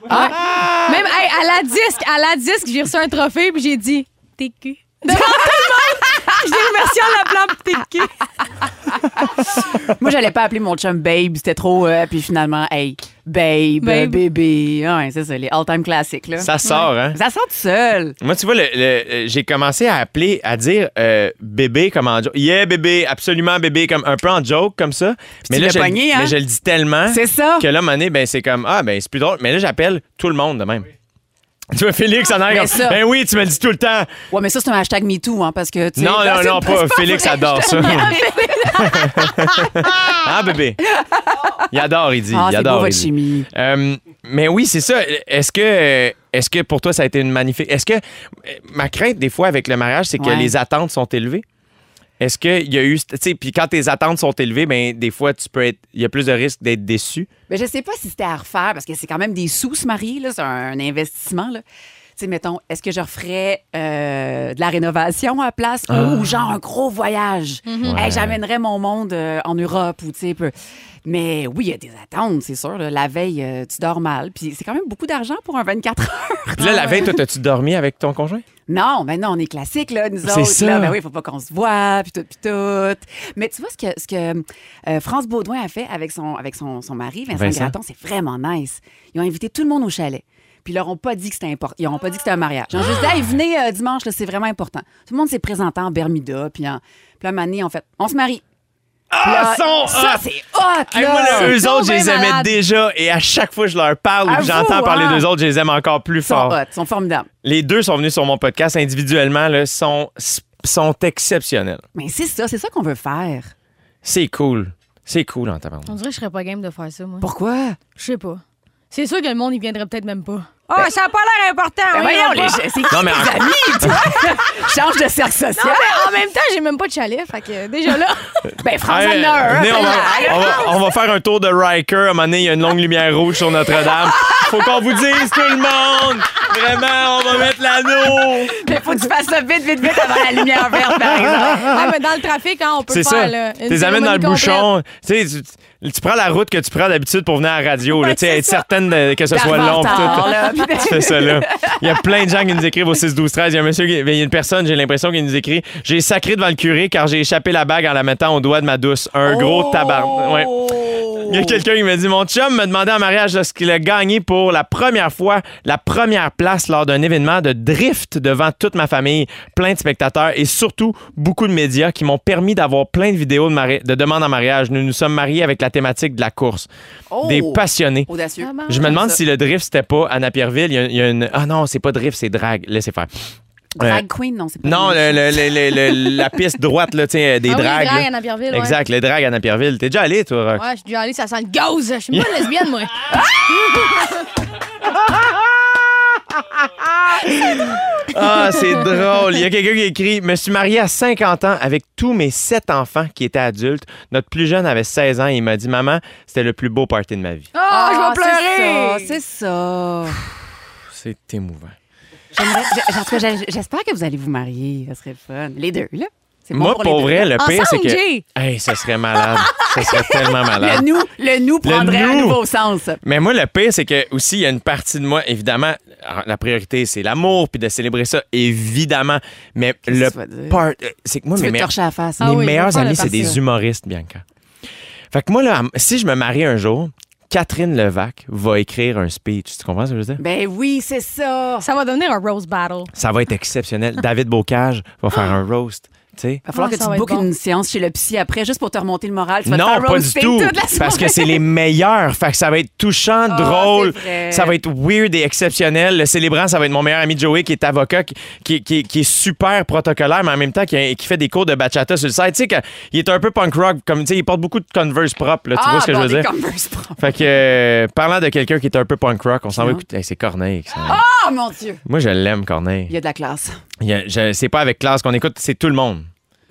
Speaker 3: Même hey, à la disque, à la disque, j'ai reçu un trophée puis j'ai dit TQ. Devant tout le monde, je l'ai remercié en l'appelant TQ.
Speaker 4: Moi, j'allais pas appeler mon chum Babe, c'était trop. euh, puis finalement, hey, Babe,
Speaker 3: Babe.
Speaker 4: bébé. Ouais, c'est ça, les all-time classiques, là.
Speaker 2: Ça sort, hein?
Speaker 4: Ça sort tout seul.
Speaker 2: Moi, tu vois, le- le- euh, j'ai commencé à appeler, à dire euh, bébé comme en joke. Yeah, bébé, absolument bébé, comme un peu en joke, comme ça. mais
Speaker 4: tu
Speaker 2: là,
Speaker 4: l'as
Speaker 2: je, le-
Speaker 4: pogné, hein?
Speaker 2: mais je le dis tellement
Speaker 4: C'est ça.
Speaker 2: que là, monnaie, ben c'est comme Ah, ben c'est plus drôle. Mais là, j'appelle tout le monde de même. Tu vois, Félix en arrière
Speaker 4: Mais
Speaker 2: comme
Speaker 4: ça-
Speaker 2: Ben oui, tu me le dis tout le temps.
Speaker 4: Ouais, mais ça, c'est un hashtag MeToo, hein, parce que. tu sais,
Speaker 2: Non,
Speaker 4: là,
Speaker 2: non,
Speaker 4: c'est-
Speaker 2: non,
Speaker 4: c'est
Speaker 2: pas. Félix
Speaker 4: vrai,
Speaker 2: adore
Speaker 4: je
Speaker 2: ça.
Speaker 4: te-
Speaker 2: ah, bébé. Il adore, il dit.
Speaker 4: Ah,
Speaker 2: il
Speaker 4: c'est
Speaker 2: adore.
Speaker 4: beau
Speaker 2: il
Speaker 4: votre
Speaker 2: dit.
Speaker 4: chimie.
Speaker 2: Euh, mais oui, c'est ça. Est-ce que, est-ce que pour toi, ça a été une magnifique. Est-ce que. euh, Ma crainte, des fois, avec le mariage, c'est que
Speaker 4: Ouais.
Speaker 2: les attentes sont élevées. Est-ce qu'il y a eu. Tu sais, puis quand tes attentes sont élevées, ben, des fois, tu peux être. Il y a plus de risques d'être déçu.
Speaker 4: Mais je sais pas si c'était à refaire, parce que c'est quand même des sous se marier, là, c'est un investissement. Là. Tu sais, mettons, est-ce que je referais euh, de la rénovation à la place
Speaker 2: Ah.
Speaker 4: ou genre un gros voyage?
Speaker 2: Mm-hmm.
Speaker 4: Hey, J'amènerais mon monde euh, en Europe ou tu sais, peu. Mais oui, il y a des attentes, c'est sûr. là. La veille, euh, tu dors mal. Puis c'est quand même beaucoup d'argent pour un 24 heures.
Speaker 2: Puis là, la veille, toi, t'as-tu dormi avec ton conjoint?
Speaker 4: Non, mais non, on est classique, là, nous
Speaker 2: C'est
Speaker 4: autres.
Speaker 2: ça.
Speaker 4: Là, ben oui, faut pas qu'on se voit, puis tout, puis tout. Mais tu vois, ce que, ce que euh, France Baudouin a fait avec son, avec son, son mari, Vincent,
Speaker 2: Vincent.
Speaker 4: Gratton, c'est vraiment nice. Ils ont invité tout le monde au chalet. Puis ils leur ont pas dit que c'était important. Ils leur ont pas dit que c'était un mariage. Ils ont juste dit, hey, venez euh, dimanche, là, c'est vraiment important. Tout le monde s'est présenté en Bermuda, puis en plein année, en fait, on se marie. Puis là,
Speaker 2: Ah, son
Speaker 4: ça,
Speaker 2: hot!
Speaker 4: c'est hot,
Speaker 2: Hey, moi,
Speaker 4: là!
Speaker 2: là, eux
Speaker 3: c'est
Speaker 2: autres, je
Speaker 3: donc
Speaker 2: les
Speaker 3: bien
Speaker 2: aimais
Speaker 3: malade.
Speaker 2: déjà et à chaque fois que je leur parle ou
Speaker 4: À
Speaker 2: que j'entends
Speaker 4: vous,
Speaker 2: parler
Speaker 4: hein?
Speaker 2: d'eux autres, je les aime encore plus
Speaker 4: Ils sont
Speaker 2: fort.
Speaker 4: hot, ils sont formidables.
Speaker 2: Les deux sont venus sur mon podcast individuellement, là, sont, sont exceptionnels.
Speaker 4: Mais c'est ça, c'est ça qu'on veut faire.
Speaker 2: C'est cool. C'est cool en tabarnak.
Speaker 3: On dirait que je serais pas game de faire ça, moi.
Speaker 4: Pourquoi?
Speaker 3: Je sais pas. C'est sûr que le monde, il viendrait peut-être même pas. Oh,
Speaker 4: Ah,
Speaker 3: ça a pas l'air important.
Speaker 4: Ben
Speaker 3: on
Speaker 4: voyons,
Speaker 3: ira
Speaker 4: les
Speaker 3: pas.
Speaker 4: gens, c'est qui
Speaker 2: Non, mais
Speaker 4: tes
Speaker 2: en-
Speaker 4: amis, toi? Change de cercle social.
Speaker 3: Non, mais en même temps, j'ai même pas de chalet, fait que déjà là.
Speaker 4: Ben, France
Speaker 2: Hey,
Speaker 4: en a un, hein,
Speaker 2: venez, on, va,
Speaker 4: c'est
Speaker 2: on va- on va faire un tour de Riker. À un moment donné, il y a une longue lumière rouge sur Notre-Dame. Faut qu'on vous dise, tout le monde! Vraiment, on va mettre l'anneau!
Speaker 4: Mais ben, faut que tu fasses ça vite, vite, vite avant la lumière verte, par exemple.
Speaker 3: Ah, mais dans le trafic, hein, on peut
Speaker 2: C'est
Speaker 3: faire.
Speaker 2: ça.
Speaker 3: là,
Speaker 2: Tu
Speaker 3: une
Speaker 2: les amènes dans le
Speaker 3: cérémonie complète.
Speaker 2: bouchon. Tu, sais, tu- tu prends la route que tu prends d'habitude pour venir à la radio. là,
Speaker 3: Ben,
Speaker 2: tu sais, être certaine de- que ce soit
Speaker 4: D'arriver en
Speaker 2: long. pis tout.
Speaker 4: retard, là, puis-
Speaker 2: Tu fais ça là. Il y a plein de gens qui nous écrivent au 6 12 13. Il y a un monsieur, qui- il y a une personne, j'ai l'impression qui nous écrit "J'ai sacré devant le curé car j'ai échappé la bague en la mettant au doigt de ma douce, un gros tabarn." Ouais. Il y a quelqu'un qui m'a dit Mon chum me demandait en mariage lorsqu'il a gagné pour la première fois la première place lors d'un événement de drift devant toute ma famille, plein de spectateurs et surtout beaucoup de médias qui m'ont permis d'avoir plein de vidéos de, mari- de demandes en mariage. Nous nous sommes mariés avec la thématique de la course.
Speaker 4: Oh.
Speaker 2: Des passionnés.
Speaker 4: Audacieux.
Speaker 3: Ah, bon.
Speaker 2: Je me demande
Speaker 4: ça.
Speaker 2: si le drift, c'était pas à Napierville. Il y a- il y, a une. Ah non, c'est pas drift, c'est drag. Laissez faire.
Speaker 4: Drag
Speaker 2: Euh,
Speaker 4: queen, non, c'est pas
Speaker 2: non,
Speaker 4: vrai.
Speaker 2: le- le- le- le- le- la piste droite, là, tu sais, des
Speaker 3: Ah oui,
Speaker 2: drags.
Speaker 3: drague
Speaker 2: là.
Speaker 3: à Napierville, ouais.
Speaker 2: Exact, les drags à Napierville. T'es déjà allé, toi, Rox?
Speaker 3: Ouais, je suis déjà allée, ça sent le gauze. Je suis pas lesbienne, moi.
Speaker 2: Ah, c'est drôle. Il y a quelqu'un qui écrit Me suis marié à 50 ans avec tous mes sept enfants qui étaient adultes. Notre plus jeune avait 16 ans et il m'a dit Maman, c'était le plus beau party de ma vie.
Speaker 3: Oh,
Speaker 4: Ah,
Speaker 3: je vais pleurer.
Speaker 4: C'est ça.
Speaker 2: C'est émouvant.
Speaker 4: c'est ça. J'aimerais- j'- en tout cas, j'ai- j'espère que vous allez vous marier. Ça serait le fun. Les deux, là. C'est bon
Speaker 2: Moi,
Speaker 4: les
Speaker 2: pour
Speaker 4: deux.
Speaker 2: vrai, le pire, c'est
Speaker 3: Ensemble,
Speaker 2: que.
Speaker 3: Jay!
Speaker 2: Hey, ce serait malade. ce serait tellement malade.
Speaker 4: Le nous, le nous prendrait un
Speaker 2: nous.
Speaker 4: nouveau sens.
Speaker 2: Mais moi, le pire, c'est que aussi, il y a une partie de moi, évidemment, alors, la priorité, c'est l'amour, puis de célébrer ça, évidemment. Mais
Speaker 4: que
Speaker 2: le
Speaker 4: tu vas dire?
Speaker 2: part, euh, c'est que moi,
Speaker 4: Tu
Speaker 2: mes,
Speaker 4: veux te
Speaker 2: me-
Speaker 4: torcher la face.
Speaker 3: Ah
Speaker 2: mes
Speaker 3: oui, je
Speaker 2: meilleurs
Speaker 3: veux pas
Speaker 2: amis,
Speaker 3: le
Speaker 2: c'est des
Speaker 3: partir.
Speaker 2: humoristes, Bianca. Fait que moi, là, si je me marie un jour, Catherine Levac va écrire un speech. Tu comprends ce que je veux dire?
Speaker 4: Ben oui, c'est ça.
Speaker 3: Ça va devenir un rose battle.
Speaker 2: Ça va être exceptionnel. David Bocage va faire un roast. Tu sais?
Speaker 4: Il va falloir
Speaker 3: Ah,
Speaker 4: que
Speaker 3: ça
Speaker 4: tu
Speaker 3: va
Speaker 4: bookes
Speaker 3: être bon.
Speaker 4: une séance chez le psy après, juste pour te remonter le moral. Tu vas te
Speaker 2: non,
Speaker 4: faire
Speaker 2: pas du
Speaker 4: roaster
Speaker 2: tout.
Speaker 4: toute la
Speaker 2: Parce que
Speaker 4: soirée.
Speaker 2: c'est les meilleurs. Fait que ça va être touchant,
Speaker 4: Ah,
Speaker 2: drôle.
Speaker 4: c'est vrai.
Speaker 2: Ça va être weird et exceptionnel. Le célébrant, ça va être mon meilleur ami Joey, qui est avocat, qui, qui, qui- qui est super protocolaire, mais en même temps qui, qui fait des cours de bachata sur le site. Tu sais, quand- il est un peu punk rock. Comme, tu sais, il porte beaucoup de Converse propres. là. tu
Speaker 4: Ah,
Speaker 2: vois ce que je
Speaker 4: bon,
Speaker 2: veux
Speaker 4: des
Speaker 2: dire?
Speaker 4: Converse propres.
Speaker 2: Fait que, euh, parlant de quelqu'un qui est un peu punk rock, on s'en va
Speaker 4: Non.
Speaker 2: écouter. Hey, c'est Corneille. ça.
Speaker 4: Ah, mon Dieu.
Speaker 2: Moi, je l'aime, Corneille.
Speaker 4: Il y a de la classe.
Speaker 2: Il y a- je- C'est pas avec classe qu'on écoute, c'est tout le monde.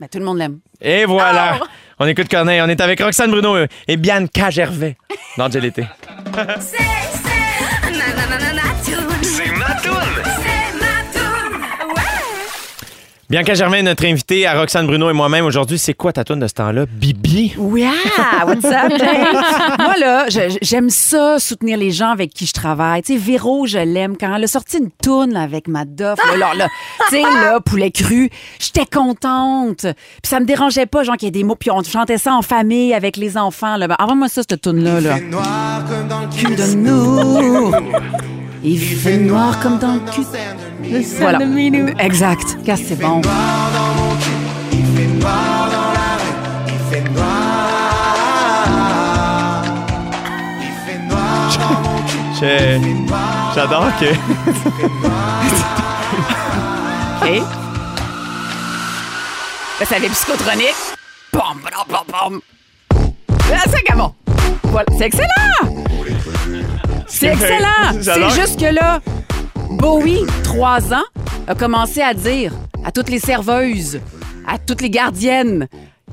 Speaker 4: Mais tout le monde l'aime.
Speaker 2: Et voilà. Ah, On écoute Corneille. On est avec Roxane Bruno et Bianca Gervais dans Jelleté.
Speaker 7: C'est ma toune. C'est ma toune.
Speaker 2: Bianca Germain, notre invitée à Roxane Bruno et moi-même aujourd'hui, c'est quoi ta toune de ce temps-là? Bibi?
Speaker 4: Yeah! What's up, Jake? Moi, là, je- j'aime ça, soutenir les gens avec qui je travaille. Tu sais, Véro, je l'aime. Quand elle a sorti une toune là, avec ma doff, là, là, là, tu sais, là, poulet cru, j'étais contente. Puis ça me dérangeait pas, genre, qu'il y ait des mots. Puis on chantait ça en famille avec les enfants. Là. Ben, Envoie-moi ça, cette toune-là. Là.
Speaker 8: noir comme dans le
Speaker 4: Cul
Speaker 8: cul
Speaker 4: de nous. Il fait noir comme dans le cul. Voilà. Exact. Qu'est-ce que c'est bon.
Speaker 8: Noir dans mon cul, il fait noir dans la rue, il fait noir. Il fait noir dans mon cul,
Speaker 2: J'adore que.
Speaker 4: OK. Là, ça fait psychotronique. Pom, pom, pom, pom. Là, c'est gamin. Voilà. C'est excellent! C'est excellent! C'est
Speaker 2: J'adore.
Speaker 4: juste que là, Bowie, 3 ans, a commencé à dire à toutes les serveuses, à toutes les gardiennes,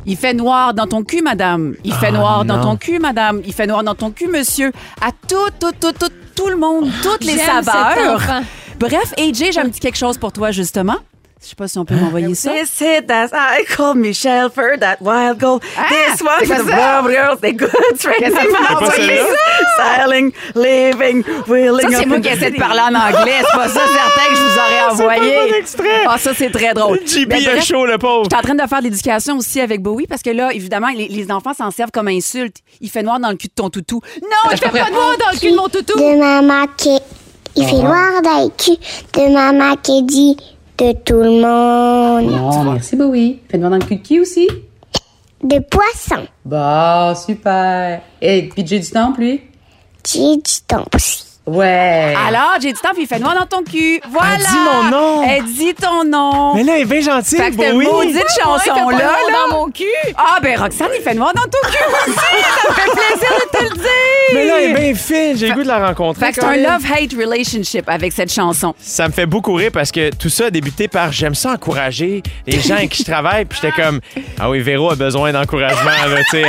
Speaker 4: il fait noir dans ton cul, madame. Il fait noir dans
Speaker 2: Ah, non.
Speaker 4: ton cul, madame. Il fait noir dans ton cul, monsieur. À tout, tout, tout, tout, tout le monde, toutes les
Speaker 3: J'aime cet
Speaker 4: saveurs.
Speaker 3: enfant.
Speaker 4: Bref, AJ, j'ai un petit quelque chose pour toi, justement. Je sais pas si on
Speaker 3: Ah,
Speaker 4: peut m'envoyer ça.
Speaker 9: This hit that I call Michelle for that wild gold. this one
Speaker 4: Ah, c'est
Speaker 9: for the
Speaker 4: ça.
Speaker 9: brown girls, they good straight
Speaker 4: Qu'est-ce
Speaker 9: my
Speaker 4: que c'est?
Speaker 9: mouth
Speaker 4: C'est pas
Speaker 9: when you Styling, living,
Speaker 4: Ça,
Speaker 9: willing.
Speaker 4: c'est
Speaker 9: up
Speaker 4: moi
Speaker 9: in
Speaker 4: qui
Speaker 9: the
Speaker 4: essaie de
Speaker 9: city.
Speaker 4: parler en anglais. C'est pas ça, certain que je vous aurais envoyé. Ah, ça, c'est très drôle.
Speaker 2: JB
Speaker 4: Mais
Speaker 2: est
Speaker 4: bref,
Speaker 2: chaud, le pauvre.
Speaker 4: Je suis en train de faire de l'éducation aussi avec Bowie parce que là, évidemment, les, les enfants s'en servent comme insulte. Il fait noir dans le cul de ton toutou. Non, il fait pas noir dans le cul de mon toutou.
Speaker 10: de maman qui il fait noir dans le cul de maman qui dit de tout le monde
Speaker 11: Merci, Bowie. Fais-nous dans le cul de qui aussi?
Speaker 10: de poisson
Speaker 11: Bah, super. Et puis j'ai du temps, lui?
Speaker 10: j'ai du temps aussi
Speaker 11: Ouais.
Speaker 4: Alors, j'ai dit temps, puis il fait noir dans ton cul. Voilà.
Speaker 2: Elle dit mon nom.
Speaker 4: Elle dit ton nom.
Speaker 2: Mais là, elle est bien gentille,
Speaker 4: fait que cette
Speaker 2: Bowie.
Speaker 4: maudite
Speaker 3: Ouais, fais
Speaker 4: chanson-là.
Speaker 3: pas
Speaker 4: là,
Speaker 3: noir dans mon cul.
Speaker 4: Ah, ben, Roxane, il fait noir dans ton cul aussi. ça me fait plaisir de te le dire.
Speaker 2: Mais là, elle est bien fine. J'ai le goût de la rencontrer.
Speaker 4: Fait que c'est un love-hate relationship avec cette chanson.
Speaker 2: Ça me fait beaucoup rire parce que tout ça a débuté par j'aime ça encourager les gens avec qui je travaille. Puis j'étais comme, ah oui, Véro a besoin d'encouragement. là, tu sais, euh.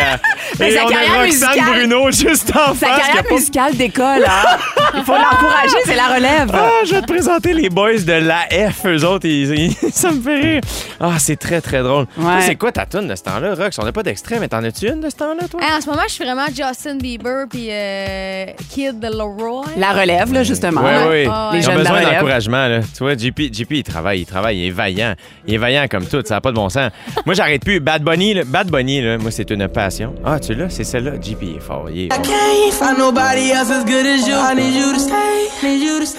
Speaker 4: Mais
Speaker 2: Et
Speaker 4: sa
Speaker 2: on
Speaker 4: carrière
Speaker 2: a Roxane
Speaker 4: musicale-
Speaker 2: Bruno juste en
Speaker 4: Sa
Speaker 2: face. qui a
Speaker 4: carrière
Speaker 2: pas-
Speaker 4: musicale d'école, hein? Il faut l'encourager, c'est la relève.
Speaker 2: Ah, je vais te présenter les boys de l'AF, eux autres, ils- ils- ça me fait rire. Ah, c'est très, très drôle. Toi,
Speaker 4: Ouais.
Speaker 2: C'est quoi ta tune de ce temps-là, Rox? On n'a pas d'extrait, mais t'en as-tu une de ce temps-là, toi?
Speaker 4: Ah,
Speaker 3: Hey, en ce moment, je suis vraiment Justin Bieber puis euh, Kid Leroy.
Speaker 4: La relève, là, justement.
Speaker 2: Oui, oui.
Speaker 3: Ah,
Speaker 4: Les
Speaker 2: Ils ont
Speaker 4: jeunes de la
Speaker 2: besoin
Speaker 4: relève.
Speaker 2: d'encouragement. Là. Tu vois, JP, JP, il travaille, il travaille, il est vaillant. Il est vaillant comme tout, ça n'a pas de bon sens. Moi, j'arrête plus. Bad Bunny, là, Bad Bunny là, moi, c'est une passion. Ah, tu l'as? C'est celle-là? JP, il est fort. Il est...
Speaker 8: can't find nobody else as good as you. I need you to stay, need you to stay.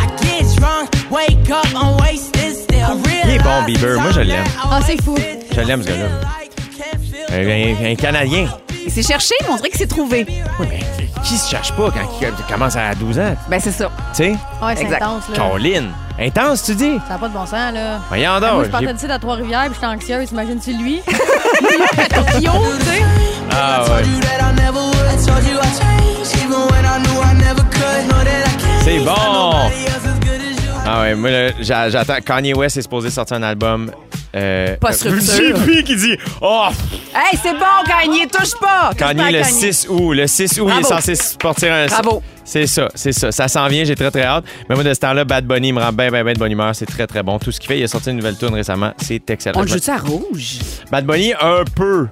Speaker 8: I get drunk, wake up, I'm wasted still.
Speaker 2: Il est bon, Bieber. Moi, je l'aime.
Speaker 3: Ah, c'est fou.
Speaker 2: Je l'aime, ce gars-là. Un, un- un Canadien
Speaker 4: Il s'est cherché, mais on dirait qu'il s'est trouvé.
Speaker 2: qui se cherche pas quand il commence à 12 ans,
Speaker 4: Ben, c'est ça.
Speaker 2: tu sais?
Speaker 3: Ouais, c'est
Speaker 4: Exact.
Speaker 3: intense, là.
Speaker 2: Caroline, intense, tu dis?
Speaker 3: Ça n'a pas de bon sens, là.
Speaker 4: Ben,
Speaker 3: Ben,
Speaker 2: Voyons
Speaker 3: Moi,
Speaker 2: donc.
Speaker 3: je partais
Speaker 2: j'ai-
Speaker 3: de site à Trois-Rivières puis j'étais anxieuse. Imagine-tu lui? Lui, à Tokyo, tu sais.
Speaker 2: Ah, ouais. C'est bon! Ah ouais, moi là, j'a- j'attends. Kanye West est supposé sortir un album
Speaker 6: Euh,
Speaker 4: Post-rupture.
Speaker 2: Vulpi qui dit Oh,
Speaker 4: Hey, c'est bon, Gagné, touche pas! Touche pas à
Speaker 2: Kanye le
Speaker 4: Kanye.
Speaker 2: 6 août. Le 6 août, il est
Speaker 4: Bravo.
Speaker 2: censé sortir un.
Speaker 4: Bravo.
Speaker 2: C'est ça, c'est ça. Ça s'en vient, j'ai très très hâte. Mais moi, de ce temps-là, Bad Bunny me rend bien, bien, bien de bonne humeur. C'est très, très bon. Tout ce qu'il fait, il a sorti une nouvelle tune récemment. C'est excellent.
Speaker 4: On le joue-tu à rouge?
Speaker 2: Bad Bunny, un peu.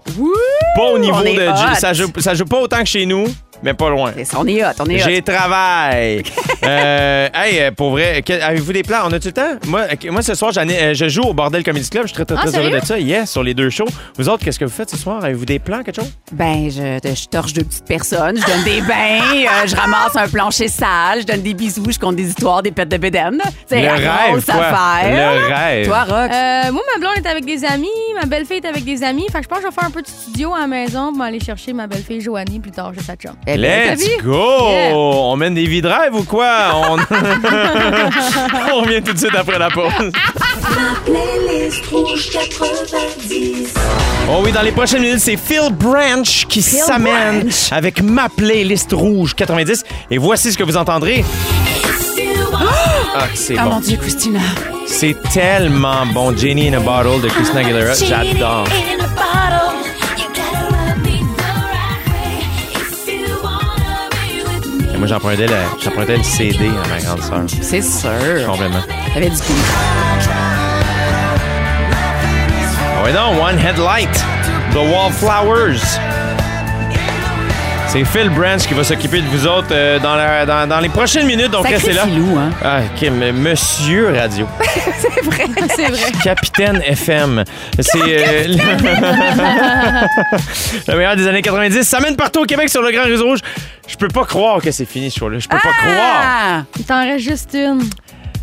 Speaker 2: Pas au niveau
Speaker 4: on est
Speaker 2: de.
Speaker 4: hot.
Speaker 2: Ça joue, ça joue pas autant que chez nous, mais pas loin.
Speaker 4: On est hot, on est hot.
Speaker 2: J'ai travail. Euh, hey, euh, pour vrai, que- avez-vous des plans? On a tout le temps? Moi, ok, moi ce soir, j'en ai- euh, je joue au Bordel Comedy Club. Je suis très, très,
Speaker 4: Ah,
Speaker 2: très heureux
Speaker 4: sérieux?
Speaker 2: de ça. Yes, sur les deux shows. Vous autres, qu'est-ce que vous faites ce soir? Avez-vous des plans, quelque chose?
Speaker 4: Ben, je, je torche deux petites personnes, je donne des bains, euh, je ramasse un plancher sale, je donne des bisous, je compte des histoires, des pets de bédaine. C'est
Speaker 2: Le
Speaker 4: la
Speaker 2: rêve,
Speaker 4: grosse
Speaker 2: quoi.
Speaker 4: affaire.
Speaker 2: Le rêve.
Speaker 4: Toi, Rox.
Speaker 3: Euh, moi, ma blonde est avec des amis, ma belle-fille est avec des amis. Fait que je pense que je vais faire un petit studio à la maison pour aller chercher ma belle-fille Joanie plus tard, je sa chum.
Speaker 4: Eh
Speaker 2: Let's
Speaker 3: T'as vu?
Speaker 2: go!
Speaker 3: Yeah.
Speaker 2: On mène des vidrives ou quoi? On... On revient tout de suite après la pause.
Speaker 7: Ma playlist rouge 90.
Speaker 2: Oh oui, dans les prochaines minutes, c'est Phil Branch qui s'amène avec ma playlist rouge 90. Et voici ce que vous entendrez. Ah, c'est
Speaker 4: Ah
Speaker 2: bon.
Speaker 4: mon Dieu, Christina.
Speaker 2: C'est tellement bon. Jenny in a Bottle de Christina Aguilera.
Speaker 7: In
Speaker 2: J'adore.
Speaker 7: a bottle, you gotta love me the right way. If you wanna be with me.
Speaker 2: Et moi, j'empruntais le, j'empruntais le CD à ma grande sœur.
Speaker 4: C'est sûr.
Speaker 2: Complètement.
Speaker 4: T'avais du
Speaker 2: Ah ouais, non, One Headlight, The Wallflowers. C'est Phil Branch qui va s'occuper de vous autres euh, dans, la- dans- dans les prochaines minutes, donc
Speaker 4: Sacré
Speaker 2: restez là.
Speaker 4: filou, hein?
Speaker 2: Ah, ok, mais Monsieur Radio.
Speaker 4: C'est vrai.
Speaker 3: C'est vrai.
Speaker 2: Capitaine FM. C'est euh, le... le meilleur des années 90. Ça mène partout au Québec sur le Grand Réseau Rouge. Je peux pas croire que c'est fini ce show-là. Je peux pas croire.
Speaker 4: Ah!
Speaker 3: Il t'en reste juste une.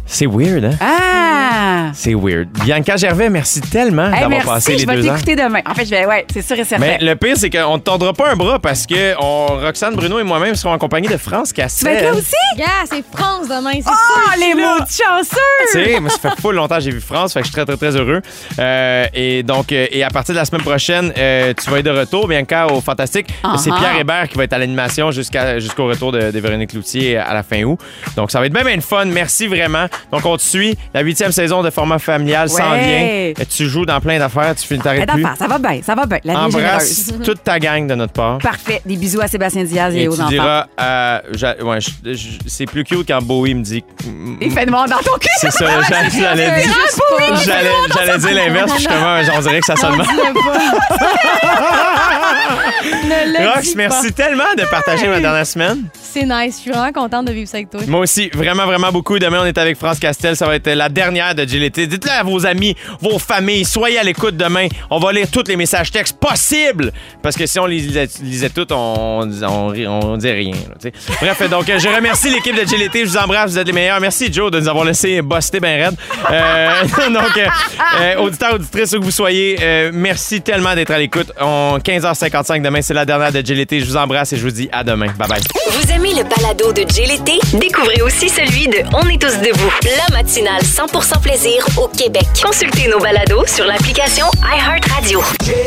Speaker 2: C'est weird, hein?
Speaker 4: Ah!
Speaker 2: C'est weird. Bianca Gervais, merci tellement
Speaker 4: Hey,
Speaker 2: d'avoir
Speaker 4: merci,
Speaker 2: passé les
Speaker 4: je vais
Speaker 2: deux ans.
Speaker 4: t'écouter demain. En fait, je vais, ouais, c'est sûr et certain.
Speaker 2: Mais le pire, c'est qu'on ne tordra pas un bras parce que on- Roxane, Bruno et moi-même serons en compagnie de France
Speaker 4: Tu vas être là
Speaker 2: Cassel.
Speaker 4: Ben, aussi?
Speaker 3: Gars, c'est France demain, c'est
Speaker 4: Oh,
Speaker 3: sûr.
Speaker 4: les mots de
Speaker 2: Tu
Speaker 4: chanceux!
Speaker 2: sais, moi, ça fait pas longtemps que j'ai vu France, fait que je suis très, très, très heureux. Euh, et donc, euh, et à partir de la semaine prochaine, euh, tu vas être de retour, bien qu'au Fantastique.
Speaker 4: Ah,
Speaker 2: C'est
Speaker 4: ah.
Speaker 2: Pierre Hébert qui va être à l'animation jusqu'à- jusqu'au retour de, de Véronique Loutier à la fin août. Donc, ça va être bien, bien le fun. Merci vraiment. Donc, on te suit. La huitième saison de format familial s'en vient.
Speaker 4: Ouais.
Speaker 2: Tu joues dans plein d'affaires, tu finis
Speaker 4: Mais
Speaker 2: t'arrêtes plus.
Speaker 4: d'affaires, ça va bien, ça va bien. La vie est
Speaker 2: Embrasse
Speaker 4: généreuse.
Speaker 2: toute ta gang de notre part.
Speaker 4: Parfait. Des bisous à Sébastien Diaz et,
Speaker 2: Et
Speaker 4: aux
Speaker 2: tu
Speaker 4: enfants.
Speaker 2: diras, euh, j'a- ouais, je- je- c'est plus cute quand Bowie me dit.
Speaker 4: Il fait de moi dans ton cul!
Speaker 2: C'est ça, j'a- j'allais dire.
Speaker 4: Juste pour-
Speaker 2: J'allais, j'allais dire l'inverse, justement, on dirait que ça sonne mal.
Speaker 3: Ne le dis
Speaker 2: Rox,
Speaker 3: pas.
Speaker 2: merci tellement de partager ma dernière semaine.
Speaker 3: C'est nice, je suis vraiment contente de vivre ça avec toi.
Speaker 2: Moi aussi, vraiment, vraiment beaucoup. Demain, on est avec France Castel. Ça va être la dernière de GLT. Dites-le à vos amis, vos familles. Soyez à l'écoute demain. On va lire tous les messages textes possibles. Parce que si on les lisait, lisait tous, on, on, ri- on dit rien. là, tu sais. Bref, donc, je remercie l'équipe de GLT. Je vous embrasse. Vous êtes les meilleurs. Merci, Joe, de nous avoir laissé buster ben raide. Euh, donc, euh, euh, auditeurs, auditrices, où que vous soyez, euh, merci tellement d'être à l'écoute. On- 15h55 demain, c'est la dernière de GLT. Je vous embrasse et je vous dis à demain. Bye bye.
Speaker 12: Vous aimez le balado de Jay l'été? Découvrez aussi celui de On est tous debout, la matinale 100% plaisir au Québec. Consultez nos balados sur l'application iHeartRadio.
Speaker 1: J'ai